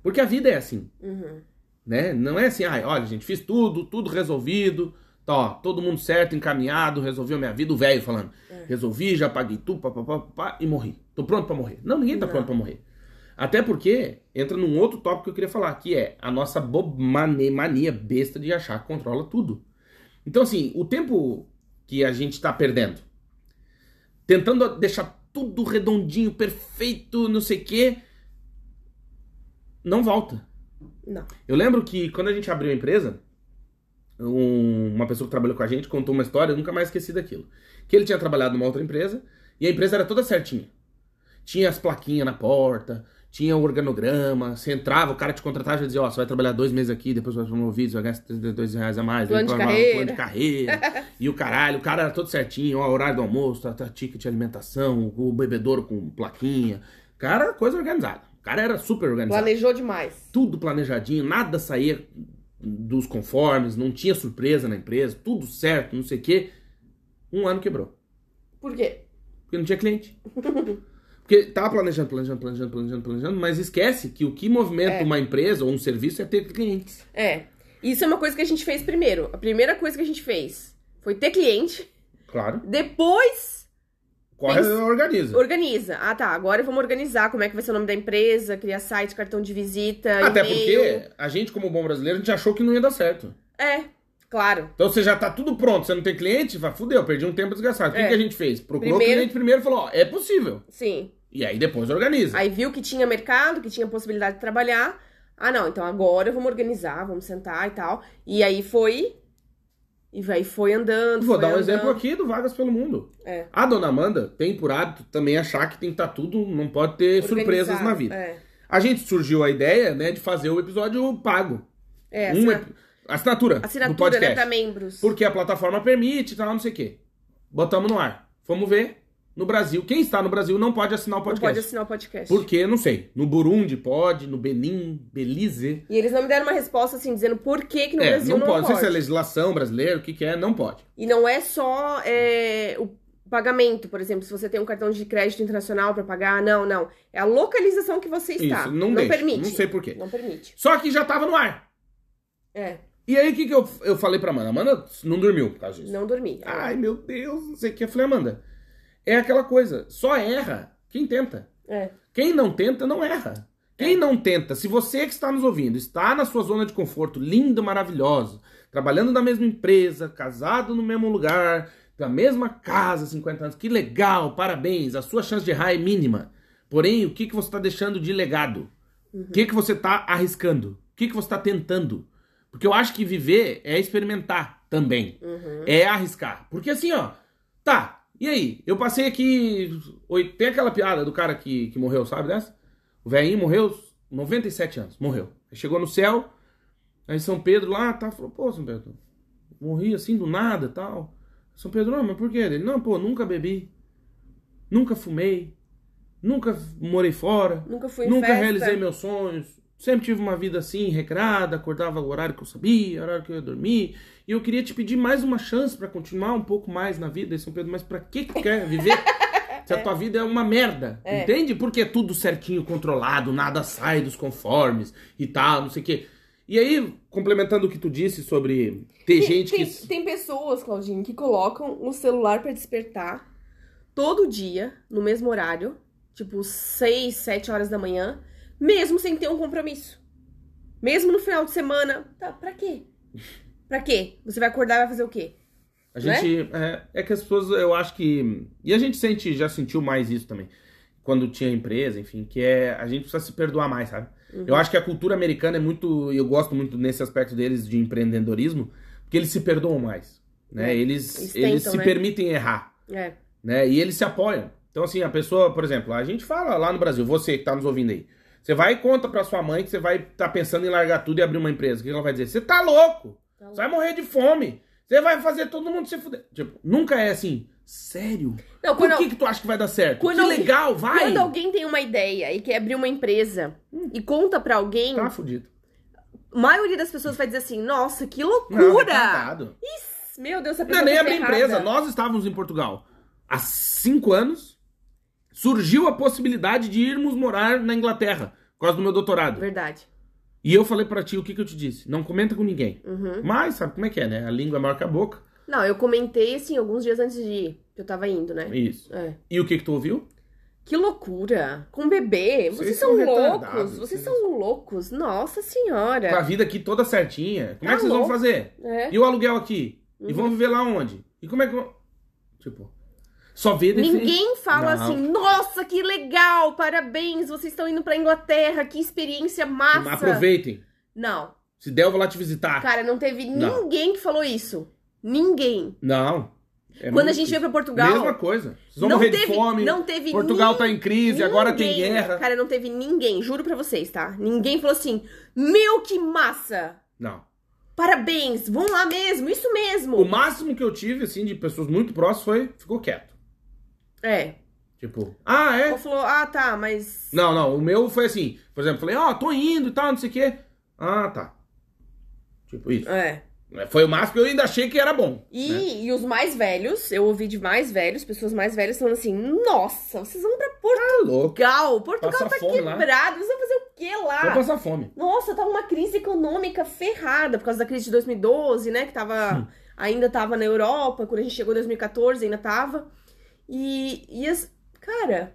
Speaker 1: porque a vida é assim
Speaker 3: Uhum.
Speaker 1: né? Não é assim, ai, olha, gente, fiz tudo, tudo resolvido, tá, ó, todo mundo certo, encaminhado, resolveu minha vida, o velho falando.
Speaker 3: É.
Speaker 1: Resolvi, já paguei tudo, papapá, papá, e morri. Tô pronto pra morrer. Não, ninguém tá
Speaker 3: Não.
Speaker 1: pronto pra morrer. Até porque entra num outro tópico que eu queria falar, que é a nossa bob- mane- mania besta de achar que controla tudo. Então, assim, o tempo que a gente tá perdendo, tentando deixar tudo redondinho, perfeito, não sei o quê, não volta.
Speaker 3: Não.
Speaker 1: Eu lembro que quando a gente abriu a empresa, um- uma pessoa que trabalhou com a gente contou uma história, eu nunca mais esqueci daquilo. Que ele tinha trabalhado numa outra empresa e a empresa era toda certinha. Tinha as plaquinhas na porta, tinha o organograma, você entrava, o cara te contratava e dizia, ó, você vai trabalhar dois meses aqui, depois vai promover vídeo, vai ganhar 32 reais a mais,
Speaker 3: Plano de
Speaker 1: vai pra-
Speaker 3: carreira.
Speaker 1: plano de carreira. e o caralho, o cara era todo certinho, ó, horário do almoço, tá, tá, ticket de alimentação, o bebedouro com plaquinha. Cara, coisa organizada. O cara era super organizado
Speaker 3: Planejou demais.
Speaker 1: tudo planejadinho, nada saía dos conformes, não tinha surpresa na empresa, tudo certo, não sei o quê. Um ano quebrou.
Speaker 3: Por quê?
Speaker 1: Porque não tinha cliente. Porque tava planejando, planejando, planejando, planejando, planejando, mas esquece que o que movimenta
Speaker 3: É.
Speaker 1: uma empresa ou um serviço é ter clientes.
Speaker 3: É. Isso é uma coisa que a gente fez primeiro. A primeira coisa que a gente fez foi ter cliente,
Speaker 1: Claro.
Speaker 3: depois
Speaker 1: Corre
Speaker 3: Tem-
Speaker 1: organiza.
Speaker 3: Organiza. Ah, tá. Agora vamos organizar como é que vai ser o nome da empresa, criar site, cartão de visita,
Speaker 1: Até
Speaker 3: e-mail.
Speaker 1: porque a gente, como bom brasileiro, a gente achou que não ia dar certo.
Speaker 3: É, claro.
Speaker 1: Então você já tá tudo pronto, você não tem cliente, vai fudeu, perdi um tempo desgraçado. O que,
Speaker 3: É.
Speaker 1: que a gente fez? Procurou o
Speaker 3: Primeiro-
Speaker 1: cliente primeiro e falou, ó, é possível.
Speaker 3: Sim.
Speaker 1: E aí depois organiza.
Speaker 3: Aí viu que tinha mercado, que tinha possibilidade de trabalhar. Ah, não. Então agora vamos organizar, vamos sentar e tal. E aí foi. E aí foi andando.
Speaker 1: Vou
Speaker 3: foi
Speaker 1: dar um
Speaker 3: andando.
Speaker 1: exemplo aqui do Vagas pelo Mundo.
Speaker 3: É.
Speaker 1: A dona Amanda tem por hábito também achar que tem que estar tudo, tá não pode ter surpresas
Speaker 3: Organizar.
Speaker 1: na vida.
Speaker 3: É.
Speaker 1: A gente surgiu a ideia, né, de fazer o episódio pago.
Speaker 3: É,
Speaker 1: um
Speaker 3: assina-
Speaker 1: epi- assinatura, do
Speaker 3: assinatura, né,
Speaker 1: podcast.
Speaker 3: pra membros.
Speaker 1: Porque a plataforma permite e tal, não sei o quê. Botamos no ar. Vamos ver. No Brasil, quem está no Brasil não pode assinar o
Speaker 3: Não
Speaker 1: podcast.
Speaker 3: pode assinar o podcast.
Speaker 1: Porque, não sei. No Burundi pode, no Benin, Belize.
Speaker 3: E eles não me deram uma resposta, assim, dizendo por que que no
Speaker 1: é,
Speaker 3: Brasil
Speaker 1: não pode. Não sei se é legislação brasileira, o que, que é, não pode.
Speaker 3: E não é só é, o pagamento, por exemplo, se você tem um cartão de crédito internacional pra pagar, não, não. É a localização que você está.
Speaker 1: Isso, não, deixa.
Speaker 3: permite.
Speaker 1: Não sei por quê.
Speaker 3: Não permite.
Speaker 1: Só que já tava no ar.
Speaker 3: É,
Speaker 1: E aí, o que, que eu, eu falei pra Amanda? Amanda não dormiu por causa disso.
Speaker 3: não dormir.
Speaker 1: Ai, meu Deus, não sei o que. Eu falei, Amanda, é aquela coisa, só erra quem tenta.
Speaker 3: É.
Speaker 1: Quem não tenta, não erra. Quem não tenta, se você que está nos ouvindo, está na sua zona de conforto, lindo, maravilhoso, trabalhando na mesma empresa, casado no mesmo lugar, na mesma casa, 50 anos, que legal, parabéns, a sua chance de errar é mínima. Porém, o que, que você está deixando de legado? O que, que você está arriscando? O que, que você está tentando? Porque eu acho que viver é experimentar também
Speaker 3: Uhum.
Speaker 1: é arriscar. Porque assim, ó, tá, e aí? Eu passei aqui. oi- Tem aquela piada do cara que, que morreu, sabe dessa? O velhinho morreu, 97 anos, morreu. Aí chegou no céu, aí São Pedro lá, tá, falou, pô, São Pedro, morri assim do nada tal. São Pedro, ah, mas por quê? Ele, não, pô, nunca bebi, nunca fumei, nunca morei fora.
Speaker 3: Nunca fui em
Speaker 1: Nunca
Speaker 3: festa.
Speaker 1: realizei meus sonhos. Sempre tive uma vida assim, recreada, acordava o horário que eu sabia, o horário que eu ia dormir. E eu queria te pedir mais uma chance pra continuar um pouco mais na vida, São Pedro, mas pra que que quer viver? Se a tua vida é uma merda,
Speaker 3: É.
Speaker 1: entende? Porque é tudo certinho, controlado, nada sai dos conformes e tal, não sei o quê. E aí, complementando o que tu disse sobre ter gente
Speaker 3: tem,
Speaker 1: que.
Speaker 3: tem pessoas, Claudinho, que colocam o celular pra despertar todo dia, no mesmo horário, tipo 6, 7 horas da manhã, mesmo sem ter um compromisso. Mesmo no final de semana. Tá, pra quê? Pra quê? Você vai acordar e vai fazer o quê?
Speaker 1: A
Speaker 3: Né?
Speaker 1: gente. É, é que as pessoas, eu acho que. E a gente sente, já sentiu mais isso também. Quando tinha empresa, enfim, que é. A gente precisa se perdoar mais, sabe?
Speaker 3: Uhum.
Speaker 1: Eu acho que a cultura americana é muito. e Eu gosto muito nesse aspecto deles de empreendedorismo, porque eles se perdoam mais. Né?
Speaker 3: É.
Speaker 1: Eles,
Speaker 3: Eles
Speaker 1: eles,
Speaker 3: tentam,
Speaker 1: se
Speaker 3: né?
Speaker 1: permitem errar
Speaker 3: É.
Speaker 1: né? E eles se apoiam. Então, assim, a pessoa, por exemplo, a gente fala lá no Brasil, você que tá nos ouvindo aí. Você vai e conta pra sua mãe que você vai tá pensando em largar tudo e abrir uma empresa. O que ela vai dizer? Você tá louco!
Speaker 3: Tá
Speaker 1: Você vai morrer de fome! Você vai fazer todo mundo se fuder. Tipo, nunca é assim. Sério?
Speaker 3: Não,
Speaker 1: Por
Speaker 3: quando,
Speaker 1: que, que tu acha que vai dar certo?
Speaker 3: quando
Speaker 1: que
Speaker 3: alguém-
Speaker 1: legal, vai! Hum.
Speaker 3: quando alguém tem uma ideia e quer abrir uma empresa e conta pra alguém,
Speaker 1: Tá fudido.
Speaker 3: a maioria das pessoas vai dizer assim: nossa, que
Speaker 1: Não, tá,
Speaker 3: loucura!
Speaker 1: retardado.
Speaker 3: Meu Deus, essa
Speaker 1: Não
Speaker 3: pessoa
Speaker 1: é nem
Speaker 3: tá
Speaker 1: abrir
Speaker 3: ferrada.
Speaker 1: empresa. Nós estávamos em Portugal há cinco anos. Surgiu a possibilidade de irmos morar na Inglaterra por causa do meu doutorado.
Speaker 3: Verdade.
Speaker 1: E eu falei pra ti o que, que eu te disse. Não comenta com ninguém.
Speaker 3: Uhum.
Speaker 1: Mas sabe como é que é, né? A língua é maior que a boca.
Speaker 3: Não, eu comentei assim alguns dias antes de ir, que eu tava indo, né?
Speaker 1: Isso.
Speaker 3: É.
Speaker 1: E o que, que tu ouviu?
Speaker 3: Que loucura! Com bebê! Vocês,
Speaker 1: Vocês
Speaker 3: são
Speaker 1: são
Speaker 3: loucos!
Speaker 1: retardados,
Speaker 3: Vocês
Speaker 1: vocês-
Speaker 3: são loucos! Nossa
Speaker 1: Com a
Speaker 3: senhora!
Speaker 1: vida aqui toda certinha. Como é
Speaker 3: É. Tá
Speaker 1: que vocês vão
Speaker 3: louco.
Speaker 1: fazer?
Speaker 3: É.
Speaker 1: E o aluguel aqui? E
Speaker 3: Uhum.
Speaker 1: vão viver lá onde? E como é que vão. Tipo. Só vê defini-
Speaker 3: Ninguém fala
Speaker 1: Não.
Speaker 3: assim, nossa, que legal! Parabéns! Vocês estão indo pra Inglaterra, que experiência massa!
Speaker 1: Aproveitem.
Speaker 3: Não,
Speaker 1: Se der, eu vou lá te visitar.
Speaker 3: cara, não teve
Speaker 1: Não.
Speaker 3: ninguém que falou isso. Ninguém.
Speaker 1: Não.
Speaker 3: Quando
Speaker 1: É
Speaker 3: a
Speaker 1: muito
Speaker 3: gente
Speaker 1: difícil.
Speaker 3: veio pra Portugal,
Speaker 1: Mesma coisa. Vocês vão
Speaker 3: não
Speaker 1: morrer
Speaker 3: teve,
Speaker 1: de fome.
Speaker 3: não teve
Speaker 1: Portugal tá em crise, agora tem
Speaker 3: Ninguém.
Speaker 1: guerra.
Speaker 3: Cara, não teve ninguém, juro pra vocês, tá? Ninguém falou assim, meu, que massa!
Speaker 1: Não.
Speaker 3: Parabéns, vão lá mesmo, isso mesmo!
Speaker 1: O máximo que eu tive, assim, de pessoas muito próximas foi. Ficou quieto.
Speaker 3: É.
Speaker 1: Tipo, ah, é?
Speaker 3: Ela falou, ah, tá, mas.
Speaker 1: Não, não. O meu foi assim. Por exemplo, falei, ó, tô indo e tal, não sei o quê. Ah, tá. Tipo isso.
Speaker 3: É.
Speaker 1: Foi o máximo que eu ainda achei que era bom.
Speaker 3: E,
Speaker 1: né?
Speaker 3: e os mais velhos, eu ouvi de mais velhos, pessoas mais velhas falando assim: nossa, vocês vão pra Portugal.
Speaker 1: Tá louco.
Speaker 3: Portugal
Speaker 1: Passar
Speaker 3: tá
Speaker 1: fome lá.
Speaker 3: quebrado, vocês vão fazer o quê
Speaker 1: Vou
Speaker 3: lá?
Speaker 1: passar fome.
Speaker 3: Nossa, tá uma crise econômica ferrada por causa da crise de 2012, né? Que tava. Ainda tava na Europa, quando a gente chegou em 2014, ainda tava. E. e as- cara,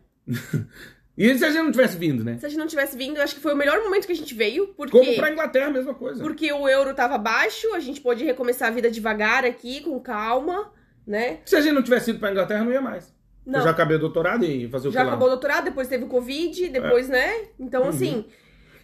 Speaker 1: E se a gente não tivesse vindo, né?
Speaker 3: se a gente não tivesse vindo, eu acho que foi o melhor momento que a gente veio, porque.
Speaker 1: Como pra Inglaterra, a mesma coisa.
Speaker 3: Porque o euro tava baixo, a gente pôde recomeçar a vida devagar aqui, com calma, né?
Speaker 1: Se a gente não tivesse ido pra Inglaterra, não ia mais.
Speaker 3: Não,
Speaker 1: Eu já acabei o doutorado e ia fazer o
Speaker 3: já
Speaker 1: que lá.
Speaker 3: acabou o doutorado, depois teve o Covid, depois, né? Então,
Speaker 1: Uhum.
Speaker 3: assim,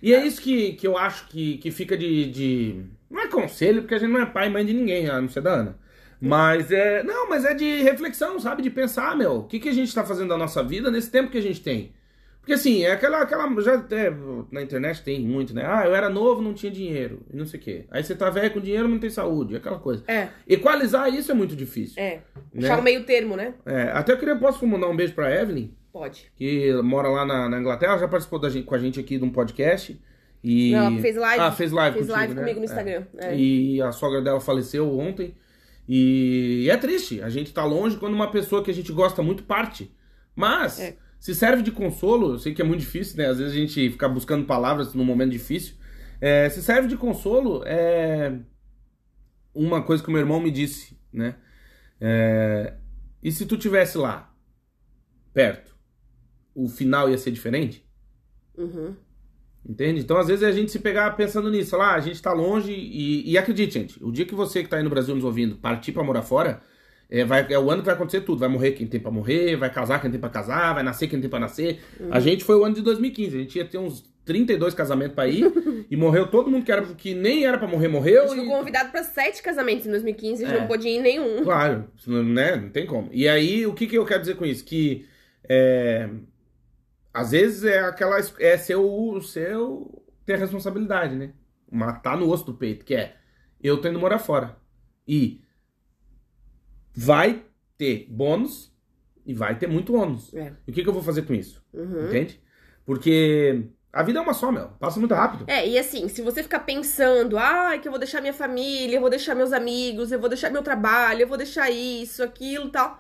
Speaker 1: E é isso que, que eu acho que, que fica de, de. Não é conselho, porque a gente não é pai e mãe de ninguém, a não ser da Ana. Mas é. Não, mas é de reflexão, sabe? De pensar, meu, o que, que a gente tá fazendo da nossa vida nesse tempo que a gente tem. Porque assim, é aquela. aquela já até na internet tem muito, né? Ah, eu era novo, não tinha dinheiro, e não sei o quê. Aí você tá velho com dinheiro, não tem saúde, é aquela coisa.
Speaker 3: É,
Speaker 1: Equalizar isso é muito difícil.
Speaker 3: é.
Speaker 1: Né?
Speaker 3: Achar o meio termo, né?
Speaker 1: É, até eu queria, posso mandar um beijo pra Evelyn,
Speaker 3: Pode.
Speaker 1: que mora lá na, na Inglaterra, ela já participou da gente- com a gente aqui de um podcast. E...
Speaker 3: Não, ela fez live.
Speaker 1: Ah, fez live
Speaker 3: Fez
Speaker 1: contigo,
Speaker 3: live
Speaker 1: né?
Speaker 3: comigo no
Speaker 1: É.
Speaker 3: Instagram. É.
Speaker 1: E a sogra dela faleceu ontem. E é triste. A gente tá longe quando uma pessoa que a gente gosta muito parte. Mas,
Speaker 3: É.
Speaker 1: se serve de consolo, eu sei que é muito difícil, né? Às vezes a gente fica buscando palavras num momento difícil. É, se serve de consolo, é uma coisa que o meu irmão me disse, né? É, E se tu tivesse lá, perto, o final ia ser diferente?
Speaker 3: Uhum.
Speaker 1: Entende? Então, às vezes, a gente se pegar pensando nisso. Lá, a gente tá longe e, e acredite, gente, o dia que você que tá aí no Brasil nos ouvindo partir pra morar fora, é, vai, é o ano que vai acontecer tudo. Vai morrer quem tem pra morrer, vai casar quem tem pra casar, vai nascer quem tem pra nascer. A gente foi o ano de 2015, a gente ia ter uns 32 casamentos pra ir e morreu todo mundo que, era, que nem era pra morrer, morreu.
Speaker 3: Eu fui
Speaker 1: e-
Speaker 3: convidado pra sete casamentos em 2015, a gente
Speaker 1: É.
Speaker 3: não podia ir em nenhum.
Speaker 1: Claro, senão, né? Não tem como. E aí, o que, que eu quero dizer com isso? Que é, às vezes é aquela. es- É seu. seu ter responsabilidade, né? Matar no osso do peito, que é eu tô indo morar fora. E vai ter bônus e vai ter muito ônus.
Speaker 3: É.
Speaker 1: E o que, que eu vou fazer com isso?
Speaker 3: Uhum.
Speaker 1: Entende? Porque a vida é uma só, meu. Passa muito rápido.
Speaker 3: É, e assim, se você ficar pensando, ai, que eu vou deixar minha família, eu vou deixar meus amigos, eu vou deixar meu trabalho, eu vou deixar isso, aquilo, tal.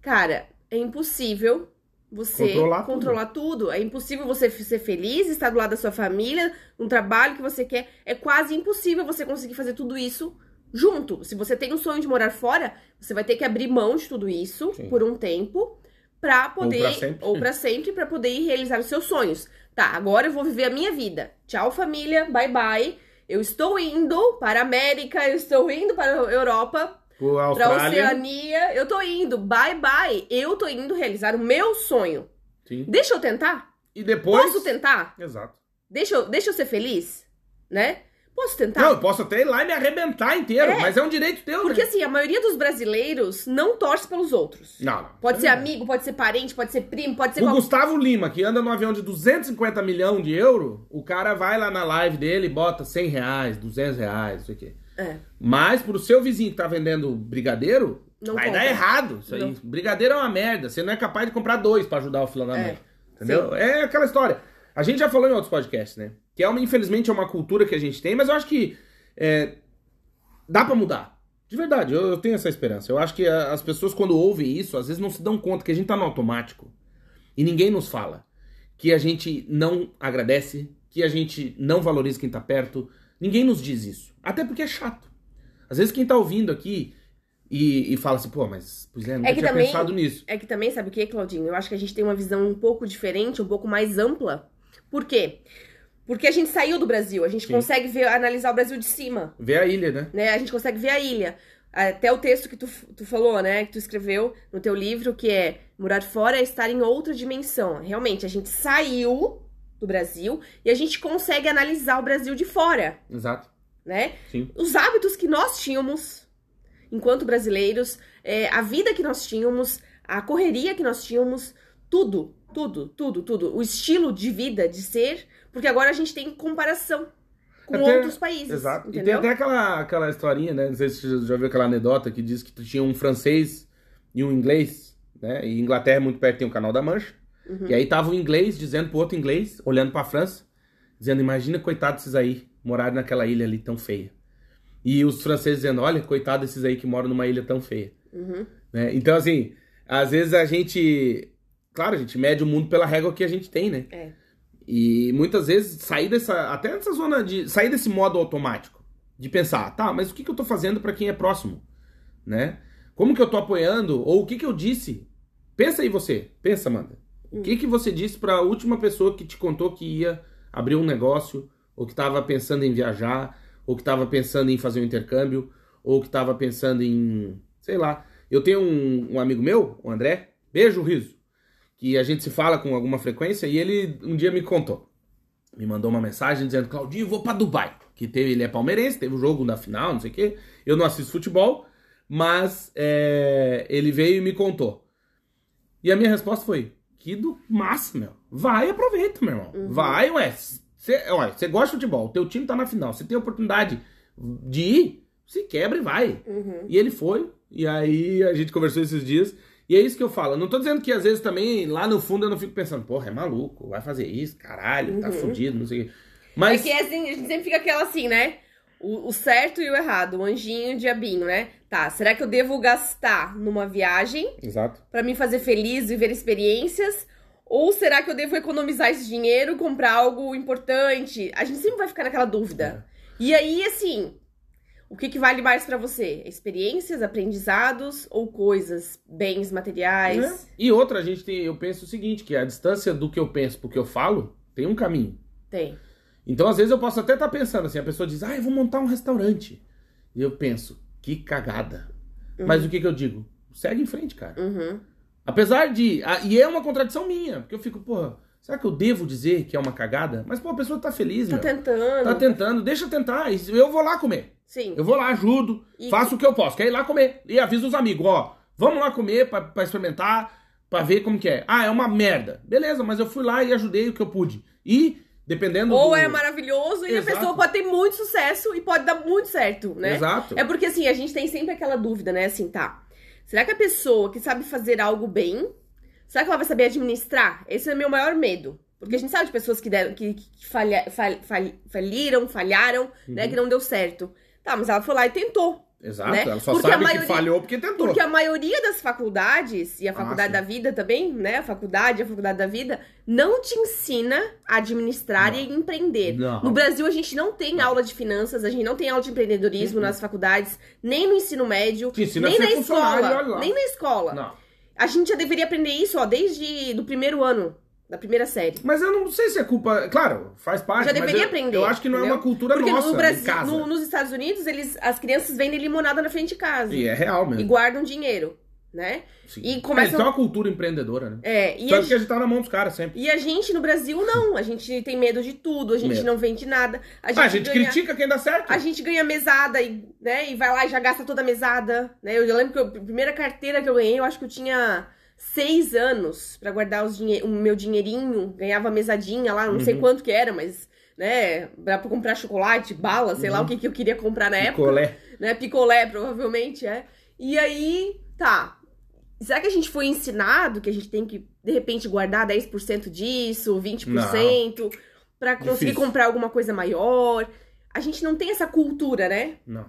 Speaker 3: Cara, é impossível você
Speaker 1: Controlar tudo.
Speaker 3: controlar tudo. É impossível você f- ser feliz, estar do lado da sua família, um trabalho que você quer. É quase impossível você conseguir fazer tudo isso junto. Se você tem um sonho de morar fora, você vai ter que abrir mão de tudo isso
Speaker 1: Sim.
Speaker 3: por um tempo pra poder
Speaker 1: pra sempre.
Speaker 3: ou pra sempre pra poder ir realizar os seus sonhos. Tá, agora eu vou viver a minha vida. Tchau, família. Bye bye. Eu estou indo para a América, eu estou indo para a Europa,
Speaker 1: Pô, a
Speaker 3: para a
Speaker 1: Austrália.
Speaker 3: Oceania. Eu tô indo. Bye bye. Eu tô indo realizar o meu sonho.
Speaker 1: Sim.
Speaker 3: Deixa eu tentar?
Speaker 1: E depois.
Speaker 3: Posso tentar?
Speaker 1: Exato.
Speaker 3: Deixa eu, deixa eu ser feliz, né? Posso tentar?
Speaker 1: Não, eu posso até ir lá e me arrebentar inteiro,
Speaker 3: É.
Speaker 1: mas é um direito teu,
Speaker 3: Porque
Speaker 1: né?
Speaker 3: assim, a maioria dos brasileiros não torce pelos outros.
Speaker 1: Não, não.
Speaker 3: Pode ser amigo, pode ser parente, pode ser primo, pode ser
Speaker 1: O
Speaker 3: qualquer
Speaker 1: Gustavo Lima, que anda num avião de 250 milhão de euro, o cara vai lá na live dele e bota 100 reais, 200 reais, não sei o quê.
Speaker 3: É.
Speaker 1: Mas pro seu vizinho que tá vendendo brigadeiro,
Speaker 3: Não
Speaker 1: vai
Speaker 3: compra.
Speaker 1: dar errado isso aí.
Speaker 3: Não.
Speaker 1: Brigadeiro é uma merda. Você não é capaz de comprar dois pra ajudar o filho da
Speaker 3: É.
Speaker 1: mãe. Entendeu? É aquela história. A gente já falou em outros podcasts, né? Que é uma, infelizmente, é uma cultura que a gente tem, mas eu acho que é, dá pra mudar. De verdade, eu, eu tenho essa esperança. Eu acho que a- as pessoas, quando ouvem isso, às vezes não se dão conta que a gente tá no automático e ninguém nos fala que a gente não agradece, que a gente não valoriza quem tá perto. Ninguém nos diz isso. Até porque é chato. Às vezes quem tá ouvindo aqui e, e fala assim, pô, mas pois é, nunca
Speaker 3: que
Speaker 1: tinha
Speaker 3: também-
Speaker 1: pensado nisso.
Speaker 3: É que também, sabe o que, Claudinho? Eu acho que a gente tem uma visão um pouco diferente, um pouco mais ampla. Por quê? Porque a gente saiu do Brasil, a gente
Speaker 1: Sim.
Speaker 3: consegue ver, analisar o Brasil de cima,
Speaker 1: Vê a ilha, né?
Speaker 3: né? A gente consegue ver a ilha. Até o texto que tu, tu falou, né? Que tu escreveu no teu livro, que é Morar fora é estar em outra dimensão. Realmente, a gente saiu do Brasil e a gente consegue analisar o Brasil de fora,
Speaker 1: Exato.
Speaker 3: né?
Speaker 1: Sim.
Speaker 3: os hábitos que nós tínhamos enquanto brasileiros, é, a vida que nós tínhamos, a correria que nós tínhamos, tudo, tudo, tudo, tudo. O estilo de vida, de ser, porque agora a gente tem comparação com
Speaker 1: Até-
Speaker 3: outros países.
Speaker 1: Exato. E tem
Speaker 3: Entendeu?
Speaker 1: até aquela, aquela historinha, né? Não sei se você já viu aquela anedota que diz que tinha um francês e um inglês, né? E Inglaterra é muito perto tem o Canal da Mancha.
Speaker 3: Uhum.
Speaker 1: E aí tava o inglês dizendo pro outro inglês, olhando pra França, dizendo, imagina, coitado desses aí, morarem naquela ilha ali tão feia. E os franceses dizendo, olha, coitado desses aí que moram numa ilha tão feia.
Speaker 3: Uhum.
Speaker 1: né? Então, assim, às vezes a gente. Claro, a gente mede o mundo pela régua que a gente tem, né?
Speaker 3: É.
Speaker 1: E muitas vezes sair dessa. Até dessa zona de. sair desse modo automático. De pensar, tá, mas o que, que eu tô fazendo pra quem é próximo? Né? Como que eu tô apoiando? Ou o que, que eu disse? Pensa aí você. Pensa, Amanda. O que, que você disse pra última pessoa que te contou que ia abrir um negócio, ou que tava pensando em viajar, ou que tava pensando em fazer um intercâmbio, ou que tava pensando em. sei lá. Eu tenho um, um amigo meu, o André, beijo, riso, que a gente se fala com alguma frequência e ele um dia me contou. Me mandou uma mensagem dizendo: Claudinho, vou pra Dubai. Que teve, ele é palmeirense, teve o jogo da final, não sei o quê. Eu não assisto futebol, mas é, ele veio e me contou. E a minha resposta foi: Que do massa, meu. Vai e aproveita, meu irmão. Vai, ué. Você ué, cê gosta de futebol, teu time tá na final, você tem a oportunidade de ir, se quebra e vai.
Speaker 3: Uhum.
Speaker 1: E ele foi, e aí a gente conversou esses dias, e é isso que eu falo. Eu Não tô dizendo que às vezes também, lá no fundo, eu não fico pensando, porra, é maluco, vai fazer isso, caralho, tá
Speaker 3: Uhum.
Speaker 1: fudido, não sei o quê.
Speaker 3: É
Speaker 1: Mas.
Speaker 3: que assim, a gente sempre fica aquela assim, né? O, o certo e o errado, o anjinho e o diabinho, né? Tá, será que eu devo gastar numa viagem
Speaker 1: Exato.
Speaker 3: pra me fazer feliz, viver experiências? Ou será que eu devo economizar esse dinheiro, comprar algo importante? A gente sempre vai ficar naquela dúvida. E aí, assim, o que, que vale mais pra você? Experiências, aprendizados ou coisas, bens
Speaker 1: Né?
Speaker 3: materiais?
Speaker 1: E outra, a gente tem, eu penso o seguinte, que a distância do que eu penso pro que eu falo tem um caminho.
Speaker 3: Tem.
Speaker 1: Então, às vezes, eu posso até estar pensando assim, a pessoa diz, ah, eu vou montar um restaurante. E eu penso, que cagada. Mas o que, que eu digo? Segue em frente, cara.
Speaker 3: Uhum.
Speaker 1: Apesar de. a- e é uma contradição minha, porque eu fico, porra, será que eu devo dizer que é uma cagada? Mas, pô, a pessoa tá feliz,
Speaker 3: Tá
Speaker 1: meu.
Speaker 3: tentando.
Speaker 1: Tá tentando, deixa eu tentar. e Eu vou lá comer.
Speaker 3: Sim.
Speaker 1: Eu vou lá, ajudo,
Speaker 3: E-
Speaker 1: faço o que eu posso. Quer ir lá comer. E aviso os amigos, ó, vamos lá comer pra, pra experimentar, pra ver como que é. Ah, é uma merda. Beleza, mas eu fui lá e ajudei o que eu pude. E, dependendo
Speaker 3: Ou
Speaker 1: do...
Speaker 3: é maravilhoso e a
Speaker 1: Exato.
Speaker 3: pessoa pode ter muito sucesso e pode dar muito certo, né?
Speaker 1: Exato.
Speaker 3: É porque assim, a gente tem sempre aquela dúvida, né? Assim, tá. Será que a pessoa que sabe fazer algo bem, será que ela vai saber administrar? Esse é o meu maior medo. Porque a gente sabe de pessoas que, deram, que, que falha- fal- fal- faliram, falharam,
Speaker 1: Uhum.
Speaker 3: né? Que não deu certo. Tá, mas ela foi lá e tentou.
Speaker 1: Exato,
Speaker 3: né?
Speaker 1: ela só
Speaker 3: Porque
Speaker 1: sabe
Speaker 3: a maioria-
Speaker 1: que falhou porque tentou.
Speaker 3: Porque a maioria das faculdades, e a faculdade
Speaker 1: Ah, sim.
Speaker 3: da vida também, né? A faculdade, a faculdade da vida, não te ensina a administrar e empreender.
Speaker 1: Não.
Speaker 3: No Brasil, a gente não tem aula de finanças, a gente não tem aula de empreendedorismo nas faculdades, nem no ensino médio,
Speaker 1: Te Uhum. ensina
Speaker 3: nem
Speaker 1: a ser
Speaker 3: na
Speaker 1: funcionário, olha
Speaker 3: escola.
Speaker 1: lá.
Speaker 3: Nem na escola.
Speaker 1: Não.
Speaker 3: A gente já deveria aprender isso, ó, desde do primeiro ano, da primeira série.
Speaker 1: Mas eu não sei se é culpa... Claro, faz parte,
Speaker 3: Já
Speaker 1: mas
Speaker 3: deveria
Speaker 1: eu,
Speaker 3: aprender,
Speaker 1: Eu acho que não
Speaker 3: entendeu?
Speaker 1: é uma cultura
Speaker 3: Porque
Speaker 1: nossa,
Speaker 3: no
Speaker 1: em
Speaker 3: Brasil,
Speaker 1: casa.
Speaker 3: no- nos Estados Unidos, eles, as crianças vendem limonada na frente de casa
Speaker 1: E é real
Speaker 3: e
Speaker 1: mesmo.
Speaker 3: guardam dinheiro, né?
Speaker 1: Sim.
Speaker 3: e começa-
Speaker 1: Eles têm uma cultura empreendedora, né?
Speaker 3: É, e a
Speaker 1: Tanto que a gente tá na mão dos caras sempre.
Speaker 3: E a gente no Brasil não, a gente tem medo de tudo, a gente
Speaker 1: Medo.
Speaker 3: não vende nada, a gente,
Speaker 1: Ah, a gente
Speaker 3: ganha,
Speaker 1: critica quem dá certo.
Speaker 3: a gente ganha mesada e, né, e vai lá e já gasta toda a mesada, né? Eu, eu lembro que eu- a primeira carteira que eu ganhei, eu acho que eu tinha seis anos pra guardar os dinhe- o meu dinheirinho, ganhava mesadinha lá, não sei
Speaker 1: Uhum.
Speaker 3: quanto que era, mas né, pra pra comprar chocolate, bala, sei lá
Speaker 1: Uhum.
Speaker 3: o que que eu queria comprar na época
Speaker 1: Picolé.
Speaker 3: né? Picolé, provavelmente, é. E aí, tá. Será que a gente foi ensinado que a gente tem que, de repente, guardar 10% disso, 20%, pra conseguir
Speaker 1: Difícil.
Speaker 3: comprar alguma coisa maior? A gente não tem essa cultura, né?
Speaker 1: Não.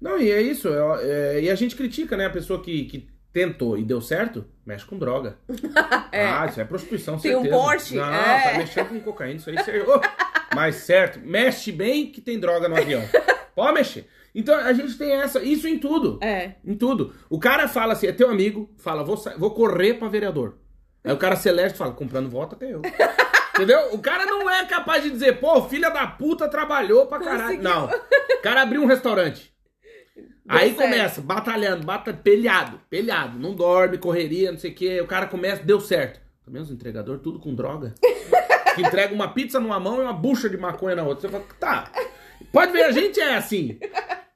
Speaker 1: Não, e é isso. é- é- e a gente critica, né? A pessoa que, que tentou e deu certo, mexe com droga.
Speaker 3: É.
Speaker 1: Ah, isso é prostituição,
Speaker 3: Tem um
Speaker 1: certeza.
Speaker 3: porte,
Speaker 1: Não,
Speaker 3: é.
Speaker 1: tá mexendo com cocaína, isso aí. Você... Ô, mas certo, mexe bem que tem droga no avião. Pode mexer. Então a gente tem essa, isso em tudo.
Speaker 3: É.
Speaker 1: Em tudo. O cara fala assim, é teu amigo, fala, vou, sa- vou correr pra vereador. Aí o cara celeste fala, comprando voto até eu. Entendeu? O cara não é capaz de dizer, pô, filha da puta trabalhou pra caralho.
Speaker 3: Conseguiu.
Speaker 1: Não. O cara abriu um restaurante.
Speaker 3: Deu
Speaker 1: aí
Speaker 3: certo.
Speaker 1: começa, batalhando, bata, pelhado, pelhado. Não dorme, correria, não sei o quê. O cara começa, deu certo. Também os entregador, tudo com droga. que entrega uma pizza numa mão e uma bucha de maconha na outra. Você fala, tá. Pode ver, a gente é assim.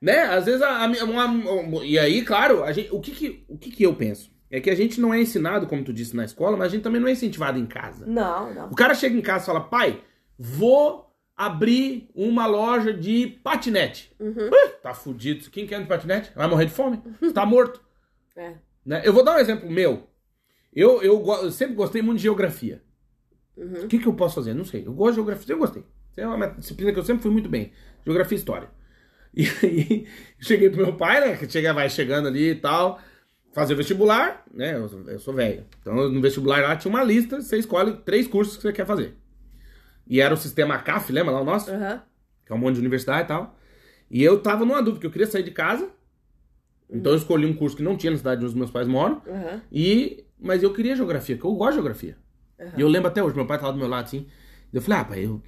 Speaker 1: Né? Às vezes a, a- uma- uma- E aí, claro, a gente, o, que que, o que que eu penso? É que a gente não é ensinado, como tu disse, na escola, mas a gente também não é incentivado em casa.
Speaker 3: Não, não.
Speaker 1: O cara chega em casa e fala, pai, vou abrir uma loja de patinete. Ah, tá fudido. Quem quer de patinete? Vai morrer de fome. Você tá morto.
Speaker 3: É.
Speaker 1: Né? Eu vou dar um exemplo meu. Eu, eu, go- eu sempre gostei muito de geografia.
Speaker 3: Uhum.
Speaker 1: O que, que eu posso fazer? Não sei. Eu gosto de geografia, eu gostei. Isso É uma disciplina que eu sempre fui muito bem. Geografia e história. E aí, cheguei pro meu pai, né? Que chega, vai chegando ali e tal. Fazer o vestibular, né? Eu, sou- eu sou velho. Então, no vestibular lá tinha uma lista, você escolhe três cursos que você quer fazer. E era o sistema CAF, lembra lá o nosso?
Speaker 3: Aham.
Speaker 1: que é um monte de universidade e tal. E eu tava numa dúvida, porque eu queria sair de casa. Então eu escolhi um curso que não tinha na cidade onde os meus pais moram.
Speaker 3: Aham.
Speaker 1: E... Mas eu queria geografia, porque eu gosto de geografia.
Speaker 3: Aham.
Speaker 1: E eu lembro até hoje, meu pai tava do meu lado assim. Eu falei, ah, pai, eu.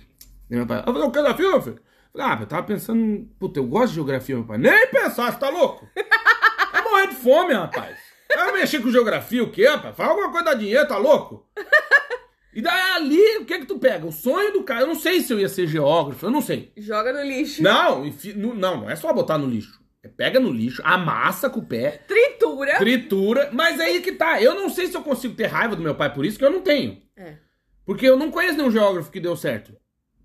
Speaker 1: E meu pai, eu falei, o que é da filha, filho? Eu Falei, ah, pai, eu tava pensando. Puta, eu gosto de geografia, meu pai. Nem pensar, você tá louco? Vai morrer de fome, rapaz. Vai mexer com geografia, o quê, rapaz? Fala alguma coisa da dinheiro, tá louco? E daí ali, o que é que tu pega? O sonho do cara. Eu não sei se eu ia ser geógrafo, eu não sei.
Speaker 3: Joga no lixo.
Speaker 1: Não, enfi- no- não, não é só botar no lixo. É Pega no lixo, amassa com o pé,
Speaker 3: tritura.
Speaker 1: Tritura. Mas aí que tá. Eu não sei se eu consigo ter raiva do meu pai por isso, que eu não tenho.
Speaker 3: É.
Speaker 1: Porque eu não conheço nenhum geógrafo que deu certo.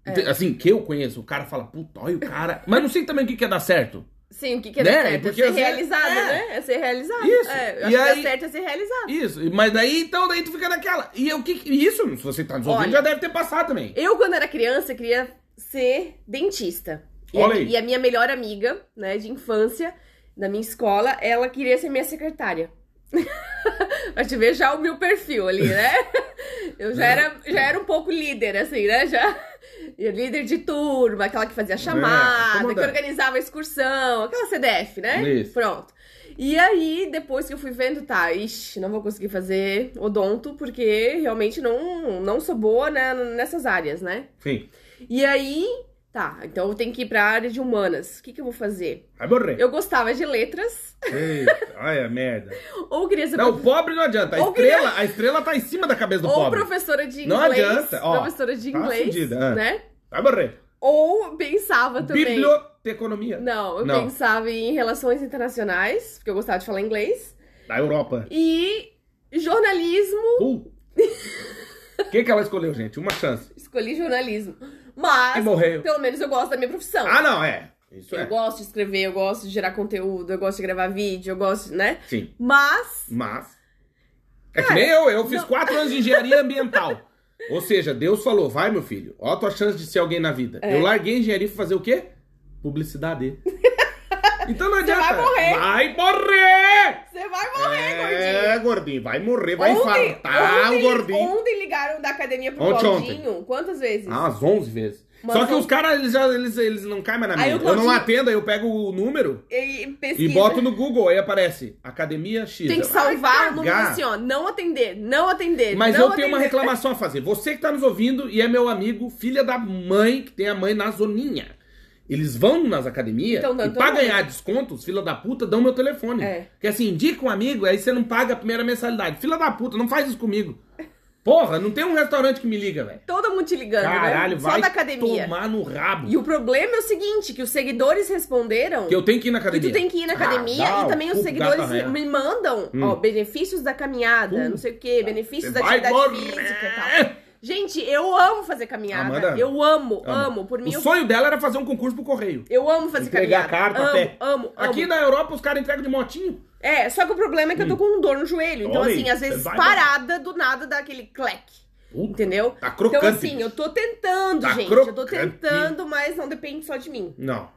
Speaker 1: Ente- Assim, que eu conheço. O cara fala, puta, olha o cara. Mas não sei também o que que é dar certo.
Speaker 3: Sim, o que, que é
Speaker 1: Né?
Speaker 3: dar certo? É
Speaker 1: Porque
Speaker 3: ser
Speaker 1: às vezes-
Speaker 3: realizado,
Speaker 1: é.
Speaker 3: né? É ser realizado.
Speaker 1: Isso.
Speaker 3: É, eu
Speaker 1: E
Speaker 3: acho que
Speaker 1: aí-
Speaker 3: dar certo é ser realizado.
Speaker 1: Isso. Mas daí, então, daí tu fica naquela. E o que. que- Isso, se você tá nos ouvindo,
Speaker 3: Olha.
Speaker 1: já deve ter passado também.
Speaker 3: Eu, quando era criança, queria ser dentista. E
Speaker 1: Olha
Speaker 3: a,
Speaker 1: aí.
Speaker 3: e a minha melhor amiga, né, de infância, da minha escola, ela queria ser minha secretária. pra te ver já o meu perfil ali, né? Eu já era, já era um pouco líder, assim, né? Já. e Líder de turma, aquela que fazia chamada, que
Speaker 1: É, comandante.
Speaker 3: organizava a excursão, aquela CDF, né?
Speaker 1: Isso.
Speaker 3: Pronto. E aí, depois que eu fui vendo, tá, ixi, não vou conseguir fazer odonto, porque realmente não, não sou boa né, nessas áreas, né?
Speaker 1: Sim.
Speaker 3: E aí, tá, então eu tenho que ir pra área de humanas. O que, que eu vou fazer?
Speaker 1: Vai morrer.
Speaker 3: Eu gostava de letras,
Speaker 1: Eita, olha a merda.
Speaker 3: ou queria ser
Speaker 1: Não, o pobre não adianta. A
Speaker 3: Ou queria-
Speaker 1: estrela, a estrela tá em cima da cabeça do
Speaker 3: ou
Speaker 1: pobre.
Speaker 3: professora de inglês.
Speaker 1: Não adianta, ó,
Speaker 3: professora de
Speaker 1: tá
Speaker 3: inglês,
Speaker 1: fudida, é.
Speaker 3: né?
Speaker 1: Vai morrer.
Speaker 3: Ou pensava também.
Speaker 1: Biblioteconomia.
Speaker 3: Não, eu
Speaker 1: Não.
Speaker 3: pensava em relações internacionais, porque eu gostava de falar inglês.
Speaker 1: Da Europa.
Speaker 3: E jornalismo.
Speaker 1: Uh. O que, que ela escolheu, gente? Uma chance.
Speaker 3: Escolhi jornalismo.
Speaker 1: E
Speaker 3: Mas,
Speaker 1: morreu.
Speaker 3: pelo menos eu gosto da minha profissão.
Speaker 1: Ah, não, é. Isso
Speaker 3: eu
Speaker 1: é.
Speaker 3: gosto de escrever, eu gosto de gerar conteúdo, eu gosto de gravar vídeo, eu gosto, né?
Speaker 1: Sim.
Speaker 3: Mas.
Speaker 1: Mas. É que nem eu, eu fiz
Speaker 3: não.
Speaker 1: quatro anos de engenharia ambiental. Ou seja, Deus falou: vai, meu filho, ó a tua chance de ser alguém na vida.
Speaker 3: É.
Speaker 1: Eu larguei a engenharia pra fazer o quê? Publicidade. então não adianta.
Speaker 3: vai morrer.
Speaker 1: Vai morrer!
Speaker 3: Você vai morrer,
Speaker 1: É, gordinho, vai morrer, vai infartar
Speaker 3: ontem,
Speaker 1: o gordinho.
Speaker 3: Ontem ligaram da academia pro
Speaker 1: Ontem,
Speaker 3: Claudinho. Quantas vezes?
Speaker 1: Ah, umas 11 vezes.
Speaker 3: Mas
Speaker 1: Só que
Speaker 3: ontem-
Speaker 1: os caras, eles, já- eles, eles não caem mais na
Speaker 3: Aí
Speaker 1: minha.
Speaker 3: o
Speaker 1: Eu não
Speaker 3: Claudinho-
Speaker 1: atendo, aí eu pego o número
Speaker 3: E, pesquisa.
Speaker 1: e boto no Google, aí aparece Academia X.
Speaker 3: Tem que
Speaker 1: Eu- Ai,
Speaker 3: salvar o número
Speaker 1: cagar.
Speaker 3: assim, ó. Não atender, não atender.
Speaker 1: Mas
Speaker 3: não é-
Speaker 1: eu tenho uma
Speaker 3: atender.
Speaker 1: reclamação a fazer. Você que tá nos ouvindo e é meu amigo, filha da mãe, que tem a mãe na zoninha. Eles vão nas academias
Speaker 3: Então, dá-
Speaker 1: e
Speaker 3: então
Speaker 1: pra
Speaker 3: não.
Speaker 1: ganhar descontos, filha da puta, dão meu telefone.
Speaker 3: É.
Speaker 1: Porque assim, indica um amigo, aí você não paga a primeira mensalidade. Filha da puta, não faz isso comigo. Porra, não tem um restaurante que me liga, velho.
Speaker 3: É Todo mundo te ligando,
Speaker 1: Caralho,
Speaker 3: né? Só
Speaker 1: vai
Speaker 3: da academia.
Speaker 1: tomar no rabo.
Speaker 3: E o problema é o seguinte, que os seguidores responderam
Speaker 1: Que eu tenho que ir na
Speaker 3: que
Speaker 1: academia.
Speaker 3: tu tem que ir na
Speaker 1: Ah,
Speaker 3: academia
Speaker 1: dá
Speaker 3: e
Speaker 1: o
Speaker 3: também os
Speaker 1: cu,
Speaker 3: seguidores
Speaker 1: gata velha.
Speaker 3: me mandam,
Speaker 1: Hum.
Speaker 3: ó, benefícios da caminhada, não sei o quê, benefícios
Speaker 1: Você
Speaker 3: da
Speaker 1: vai
Speaker 3: atividade
Speaker 1: morrer.
Speaker 3: física e tal. Gente, eu amo fazer caminhada.
Speaker 1: Amanda,
Speaker 3: eu amo, amo,
Speaker 1: ama.
Speaker 3: Por mim,
Speaker 1: O
Speaker 3: eu,
Speaker 1: sonho dela era fazer um concurso pro correio.
Speaker 3: eu amo fazer
Speaker 1: Entregar
Speaker 3: caminhada.
Speaker 1: carta a
Speaker 3: amo,
Speaker 1: pé.
Speaker 3: amo, amo.
Speaker 1: Aqui na Europa os caras entregam de motinho.
Speaker 3: É, só que o problema é que eu tô com dor no joelho. Então,
Speaker 1: Olha aí,
Speaker 3: assim, às
Speaker 1: você
Speaker 3: vezes
Speaker 1: vai
Speaker 3: parada, do nada dá aquele cleque. Entendeu?
Speaker 1: Tá crocante.
Speaker 3: Então, assim, eu tô tentando,
Speaker 1: Tá
Speaker 3: gente. Eu tô
Speaker 1: crocante.
Speaker 3: tentando, mas não depende só de mim.
Speaker 1: Não.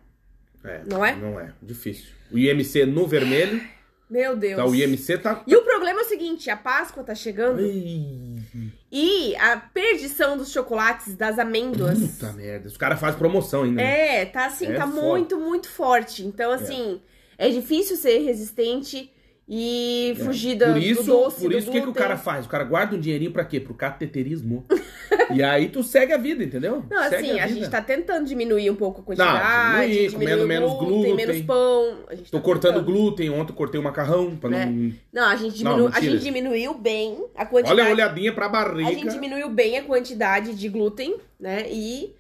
Speaker 1: É,
Speaker 3: Não é?
Speaker 1: Não é. Difícil. O IMC no vermelho.
Speaker 3: Meu Deus.
Speaker 1: Tá, o IMC tá.
Speaker 3: E o problema é o seguinte: a Páscoa tá chegando
Speaker 1: Ai,
Speaker 3: e a perdição dos chocolates, das amêndoas.
Speaker 1: Puta merda. Os caras fazem promoção ainda. né?
Speaker 3: É, tá assim,
Speaker 1: É
Speaker 3: tá
Speaker 1: foda.
Speaker 3: muito, muito forte. Então, assim, é, difícil ser resistente e fugir da-
Speaker 1: É. Por isso,
Speaker 3: É, do doce.
Speaker 1: por
Speaker 3: do
Speaker 1: isso o que, que o
Speaker 3: glúten.
Speaker 1: cara faz? O cara guarda um dinheirinho pra quê? Pro cateterismo. e aí tu segue a vida, entendeu?
Speaker 3: Não,
Speaker 1: Segue
Speaker 3: assim, a,
Speaker 1: vida.
Speaker 3: gente tá tentando diminuir um pouco a quantidade.
Speaker 1: diminuir,
Speaker 3: diminuir
Speaker 1: comendo
Speaker 3: o
Speaker 1: menos
Speaker 3: glúten,
Speaker 1: glúten.
Speaker 3: menos pão. A gente
Speaker 1: Tô
Speaker 3: tá
Speaker 1: cortando
Speaker 3: tentando.
Speaker 1: glúten, ontem cortei o macarrão pra
Speaker 3: É.
Speaker 1: não.
Speaker 3: Não, a gente,
Speaker 1: Não,
Speaker 3: diminu... a
Speaker 1: mentira.
Speaker 3: gente diminuiu bem a quantidade.
Speaker 1: Olha a olhadinha pra barriga.
Speaker 3: A gente diminuiu bem a quantidade de glúten, né? E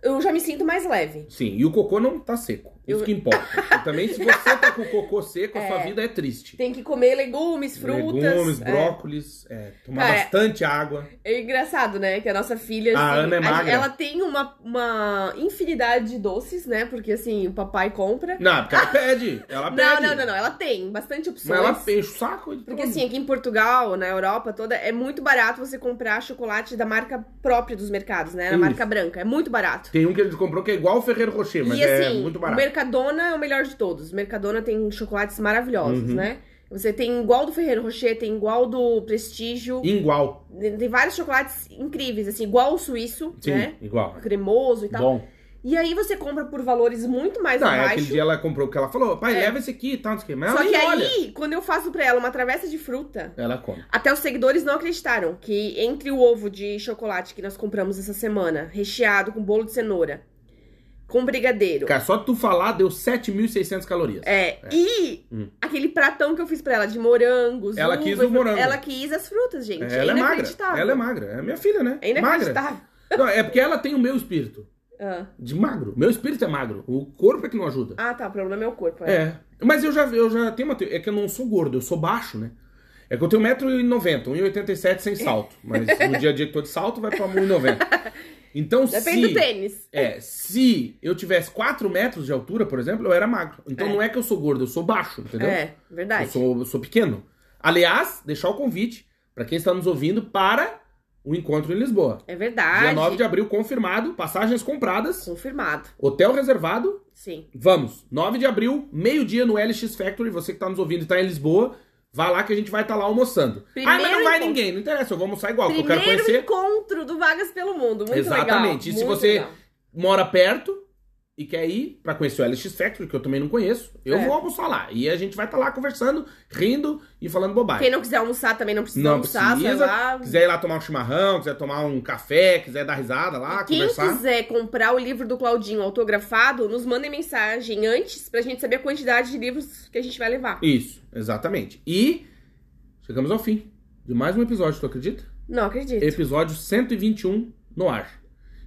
Speaker 3: eu já me sinto mais leve.
Speaker 1: Sim, e o cocô não tá seco. Isso
Speaker 3: Eu-
Speaker 1: que importa. E também se você tá com o cocô seco, a sua
Speaker 3: É.
Speaker 1: vida é triste.
Speaker 3: Tem que comer legumes, frutas.
Speaker 1: Legumes,
Speaker 3: é.
Speaker 1: brócolis, é, tomar
Speaker 3: Cara,
Speaker 1: bastante água.
Speaker 3: É engraçado, né? Que a nossa filha.
Speaker 1: A
Speaker 3: assim,
Speaker 1: Ana é magra.
Speaker 3: Ela tem uma, uma infinidade de doces, né? Porque assim, o papai compra.
Speaker 1: Não, é porque ela pede. Ela
Speaker 3: Não,
Speaker 1: pede.
Speaker 3: não, não, não. Ela tem bastante opções.
Speaker 1: Mas ela fecha o saco. e
Speaker 3: Porque
Speaker 1: come.
Speaker 3: assim, aqui em Portugal, na Europa toda, é muito barato você comprar chocolate da marca própria dos mercados, né? Da
Speaker 1: Isso.
Speaker 3: marca branca. É muito barato.
Speaker 1: Tem um que a gente comprou que é igual o Ferreiro Rocher, mas
Speaker 3: e assim,
Speaker 1: é muito
Speaker 3: o
Speaker 1: barato.
Speaker 3: Mercadona é o melhor de todos. O Mercadona tem chocolates maravilhosos,
Speaker 1: Uhum.
Speaker 3: né? Você tem igual do Ferreiro Rocher, tem igual do Prestígio.
Speaker 1: Igual.
Speaker 3: Tem vários chocolates incríveis, assim, igual o suíço,
Speaker 1: Sim,
Speaker 3: né?
Speaker 1: igual.
Speaker 3: Cremoso e tal.
Speaker 1: Bom.
Speaker 3: E aí você compra por valores muito mais
Speaker 1: Não, é aquele
Speaker 3: abaixo.
Speaker 1: dia ela comprou o que ela falou. Pai,
Speaker 3: É.
Speaker 1: leva esse aqui e tal, não sei o que. Mas
Speaker 3: Só
Speaker 1: ela
Speaker 3: que
Speaker 1: nem
Speaker 3: aí,
Speaker 1: olha.
Speaker 3: quando eu faço pra ela uma travessa de fruta,
Speaker 1: Ela come.
Speaker 3: até os seguidores não acreditaram que entre o ovo de chocolate que nós compramos essa semana, recheado com bolo de cenoura, com brigadeiro,
Speaker 1: Cara, só tu falar deu 7.600 calorias.
Speaker 3: É, e
Speaker 1: Hum.
Speaker 3: aquele pratão que eu fiz pra ela de morangos.
Speaker 1: Ela
Speaker 3: uva
Speaker 1: quis
Speaker 3: e
Speaker 1: o
Speaker 3: fru-
Speaker 1: morango.
Speaker 3: Ela quis as frutas, gente.
Speaker 1: É, ela é magra.
Speaker 3: inacreditável.
Speaker 1: Ela é magra. É minha filha, né?
Speaker 3: É
Speaker 1: magra.
Speaker 3: inacreditável.
Speaker 1: Não, é porque ela tem o meu espírito.
Speaker 3: Ah.
Speaker 1: De magro. Meu espírito é magro. O corpo é que não ajuda.
Speaker 3: Ah, tá. O problema é o corpo. É.
Speaker 1: É. Mas eu já, eu já tenho uma. teo- É que eu não sou gordo, eu sou baixo, né? É que eu tenho 1,90m, 1,87m sem salto. Mas no dia a dia que tô de salto, vai pra 1,90m. Então,
Speaker 3: Depende
Speaker 1: se,
Speaker 3: do tênis.
Speaker 1: é, se eu tivesse 4 metros de altura, por exemplo, eu era magro. Então
Speaker 3: É.
Speaker 1: não é que eu sou gordo, eu sou baixo, entendeu?
Speaker 3: É,
Speaker 1: Eu
Speaker 3: verdade.
Speaker 1: sou, eu sou pequeno. Aliás, deixar o convite para quem está nos ouvindo para o encontro em Lisboa.
Speaker 3: É verdade.
Speaker 1: 19 de abril confirmado, passagens compradas,
Speaker 3: Confirmado.
Speaker 1: hotel reservado.
Speaker 3: Sim.
Speaker 1: Vamos, 9 de abril, meio-dia no LX Factory. Você que tá nos ouvindo e tá em Lisboa, vá lá que a gente vai estar lá almoçando. ah, mas não
Speaker 3: Primeiro
Speaker 1: vai
Speaker 3: encontro.
Speaker 1: ninguém, não interessa, eu vou almoçar igual, porque eu quero
Speaker 3: Primeiro
Speaker 1: conhecer.
Speaker 3: encontro do Vagas pelo Mundo. Muito legal.
Speaker 1: Exatamente. E se
Speaker 3: muito
Speaker 1: você-
Speaker 3: legal.
Speaker 1: Mora perto e quer ir pra conhecer o LX Factory, que eu também não conheço, eu
Speaker 3: É.
Speaker 1: vou almoçar lá. E a gente vai estar lá conversando, rindo e falando bobagem.
Speaker 3: Quem não quiser almoçar também não precisa
Speaker 1: Não
Speaker 3: almoçar,
Speaker 1: precisa.
Speaker 3: sei lá.
Speaker 1: Quiser ir lá tomar um chimarrão, quiser tomar um café, quiser dar risada lá,
Speaker 3: E Quem
Speaker 1: conversar.
Speaker 3: quiser comprar o livro do Claudinho autografado, nos mandem mensagem antes pra gente saber a quantidade de livros que a gente vai levar.
Speaker 1: Isso, exatamente. E chegamos ao fim de mais um episódio, tu acredita?
Speaker 3: Não acredito.
Speaker 1: Episódio 121 no ar.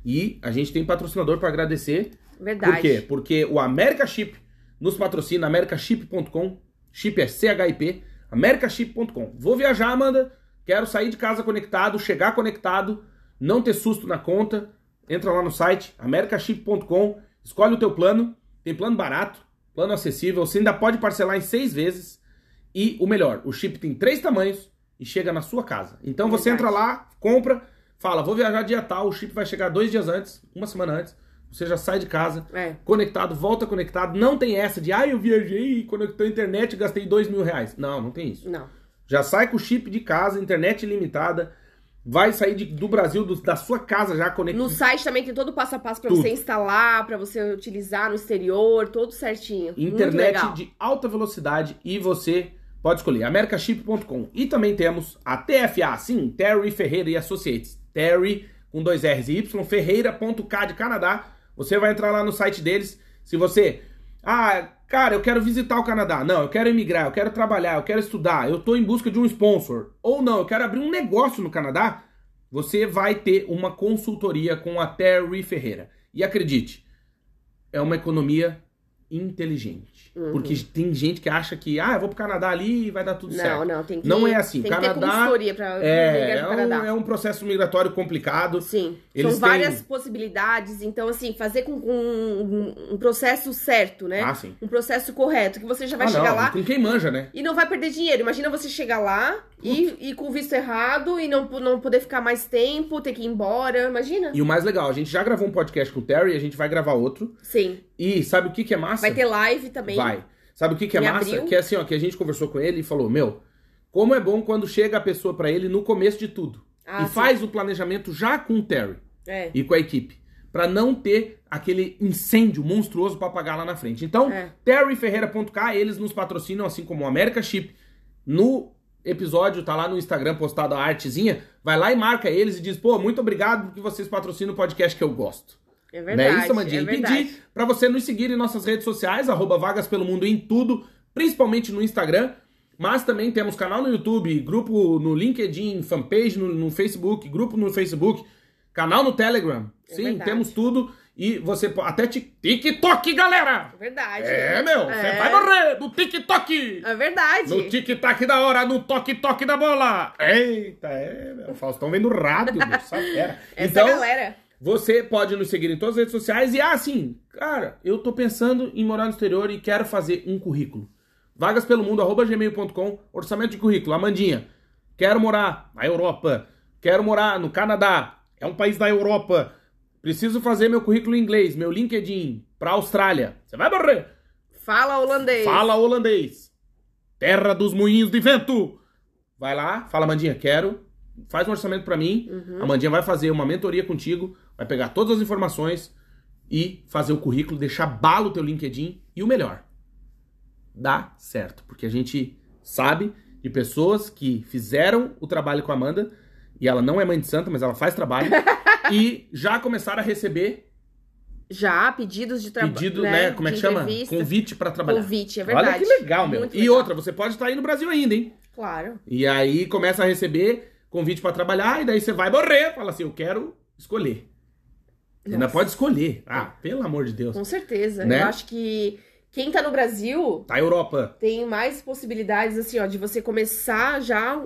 Speaker 1: E a gente tem patrocinador pra agradecer.
Speaker 3: Verdade.
Speaker 1: Por quê? Porque o America Chip nos patrocina, americaship.com. Chip é C-H-I-P, americaship.com. Vou viajar, Amanda. Quero sair de casa conectado, chegar conectado, não ter susto na conta. Entra lá no site, americaship.com. Escolhe o teu plano. Tem plano barato, plano acessível. Você ainda pode parcelar em seis vezes. E o melhor, o chip tem três tamanhos e chega na sua casa. Então você
Speaker 3: Verdade.
Speaker 1: entra lá, compra, fala, vou viajar dia tal, o chip vai chegar dois dias antes, uma semana antes. Você já sai de casa,
Speaker 3: É.
Speaker 1: conectado, volta conectado. Não tem essa de, ah, eu viajei, conectou a internet e gastei dois mil reais. Não, não tem isso.
Speaker 3: Não.
Speaker 1: Já sai com o chip de casa, internet ilimitada, vai sair de- do Brasil, do- da sua casa já
Speaker 3: No
Speaker 1: conectado.
Speaker 3: site também tem todo o passo a passo pra
Speaker 1: Tudo.
Speaker 3: você instalar, pra você utilizar no exterior, todo certinho. Muito legal.
Speaker 1: Internet de alta velocidade e você pode escolher americaship.com. E também temos a TFA, sim, Terry Ferreira e Associates. Terry com dois R's e Y, ferreira.k de Canadá. Você vai entrar lá no site deles. Se você, ah, cara, eu quero visitar o Canadá. Não, eu quero emigrar, eu quero trabalhar, eu quero estudar, eu tô em busca de um sponsor. Ou não, eu quero abrir um negócio no Canadá. Você vai ter uma consultoria com a Terry Ferreira. E acredite, é uma economia inteligente.
Speaker 3: Uhum.
Speaker 1: Porque tem gente que acha que, ah, eu vou pro Canadá ali e vai dar tudo
Speaker 3: não,
Speaker 1: certo.
Speaker 3: não, tem que
Speaker 1: Não é assim.
Speaker 3: Tem que ter
Speaker 1: Canadá
Speaker 3: consultoria pra
Speaker 1: É,
Speaker 3: ligar
Speaker 1: é
Speaker 3: pro
Speaker 1: um,
Speaker 3: Canadá.
Speaker 1: é um processo migratório complicado.
Speaker 3: Sim,
Speaker 1: Eles
Speaker 3: são várias
Speaker 1: têm-
Speaker 3: possibilidades. Então, assim, fazer com, com um, um processo certo, né?
Speaker 1: Ah, sim.
Speaker 3: Um processo correto, que você já vai
Speaker 1: Ah,
Speaker 3: chegar
Speaker 1: não,
Speaker 3: lá
Speaker 1: Com quem manja, né?
Speaker 3: e não vai perder dinheiro. Imagina você chegar lá e, e com o visto errado e não, não poder ficar mais tempo, ter que ir embora. Imagina?
Speaker 1: E o mais legal, a gente já gravou um podcast com o Terry, a gente vai gravar outro.
Speaker 3: Sim.
Speaker 1: E sabe o que, que é massa?
Speaker 3: Vai ter live também.
Speaker 1: Vai. Sabe o que, que é
Speaker 3: Em
Speaker 1: massa?
Speaker 3: abril?
Speaker 1: Que é assim, ó, que a gente conversou com ele e falou, meu, como é bom quando chega a pessoa pra ele no começo de tudo.
Speaker 3: Ah,
Speaker 1: e
Speaker 3: sim.
Speaker 1: faz o planejamento já com o Terry
Speaker 3: É.
Speaker 1: e com a equipe. Pra não ter aquele incêndio monstruoso pra apagar lá na frente. Então,
Speaker 3: É.
Speaker 1: terryferreira.k, eles nos patrocinam, assim como o America Chip. No episódio, tá lá no Instagram postado a artezinha. Vai lá e marca eles e diz, pô, muito obrigado porque vocês patrocinam o podcast que eu gosto.
Speaker 3: É
Speaker 1: Né?
Speaker 3: verdade.
Speaker 1: isso, Amandinha?
Speaker 3: é
Speaker 1: e
Speaker 3: verdade.
Speaker 1: pedir pra você nos seguir em nossas redes sociais, arroba Vagas Pelo Mundo em tudo, principalmente no Instagram. Mas também temos canal no YouTube, grupo no LinkedIn, fanpage no, no Facebook, grupo no Facebook, canal no Telegram.
Speaker 3: É
Speaker 1: Sim,
Speaker 3: verdade.
Speaker 1: temos tudo. E você po- até ti- TikTok, galera!
Speaker 3: É verdade.
Speaker 1: É, meu, você
Speaker 3: É.
Speaker 1: vai morrer no TikTok!
Speaker 3: É verdade.
Speaker 1: No tic-tac da hora, no toque-toque da bola! Eita, é, meu, o Faustão vem do rádio, meu, Então, essa fera.
Speaker 3: Essa galera.
Speaker 1: Você pode nos seguir em todas as redes sociais e, ah, sim, cara, eu tô pensando em morar no exterior e quero fazer um currículo. Vagaspelomundo.gmail.com, orçamento de currículo. Amandinha, quero morar na Europa, quero morar no Canadá, é um país da Europa. Preciso fazer meu currículo em inglês, meu LinkedIn, pra Austrália. Você vai morrer!
Speaker 3: Fala holandês.
Speaker 1: Fala holandês. Terra dos moinhos de vento. Vai lá, fala Mandinha, quero. Faz um orçamento pra mim.
Speaker 3: Uhum.
Speaker 1: A Mandinha vai fazer uma mentoria contigo, vai pegar todas as informações e fazer o currículo, deixar bala o teu LinkedIn e o melhor. Dá certo, porque a gente sabe de pessoas que fizeram o trabalho com a Amanda e ela não é mãe de santa, mas ela faz trabalho e já começaram a receber
Speaker 3: Já, pedidos de trabalho.
Speaker 1: pedido, né, como é que
Speaker 3: de
Speaker 1: chama?
Speaker 3: entrevista.
Speaker 1: Convite pra trabalhar.
Speaker 3: Convite, é verdade.
Speaker 1: Olha que legal, meu.
Speaker 3: Muito
Speaker 1: e
Speaker 3: legal.
Speaker 1: outra, você pode estar aí no Brasil ainda, hein?
Speaker 3: Claro.
Speaker 1: E aí começa a receber convite pra trabalhar, e daí você vai morrer. Fala assim, eu quero escolher. Ainda
Speaker 3: Nossa.
Speaker 1: pode escolher. Ah, pelo amor de Deus.
Speaker 3: Com certeza.
Speaker 1: Né?
Speaker 3: Eu acho que, Quem tá no Brasil
Speaker 1: Tá, Europa.
Speaker 3: tem mais possibilidades, assim, ó, de você começar já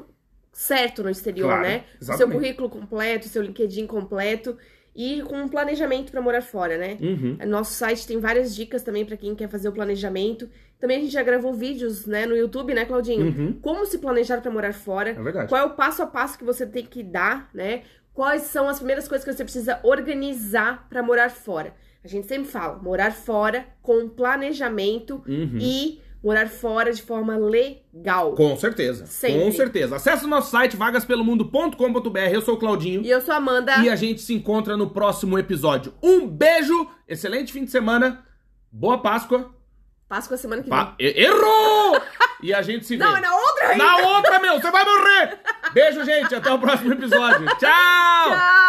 Speaker 3: certo no exterior,
Speaker 1: Claro,
Speaker 3: né? O Seu
Speaker 1: exatamente.
Speaker 3: currículo completo, seu LinkedIn completo e com um planejamento pra morar fora, né?
Speaker 1: Uhum.
Speaker 3: Nosso site tem várias dicas também pra quem quer fazer o planejamento. Também a gente já gravou vídeos, né, no YouTube, né, Claudinho?
Speaker 1: Uhum.
Speaker 3: Como se planejar pra morar fora?
Speaker 1: É verdade.
Speaker 3: Qual é o passo a passo que você tem que dar, né? Quais são as primeiras coisas que você precisa organizar pra morar fora? A gente sempre fala, morar fora com planejamento
Speaker 1: Uhum.
Speaker 3: e morar fora de forma legal.
Speaker 1: Com certeza.
Speaker 3: Sempre.
Speaker 1: Com certeza. Acesse o nosso site vagaspelomundo.com.br. Eu sou o Claudinho.
Speaker 3: E eu sou a Amanda.
Speaker 1: E a gente se encontra no próximo episódio. Um beijo, excelente fim de semana, boa Páscoa.
Speaker 3: Páscoa semana que
Speaker 1: Pa- E- Errou! E a gente se vê.
Speaker 3: vem. Não, é na outra aí.
Speaker 1: Na outra, meu, você vai morrer! Beijo, gente, até o próximo episódio. Tchau!
Speaker 3: Tchau!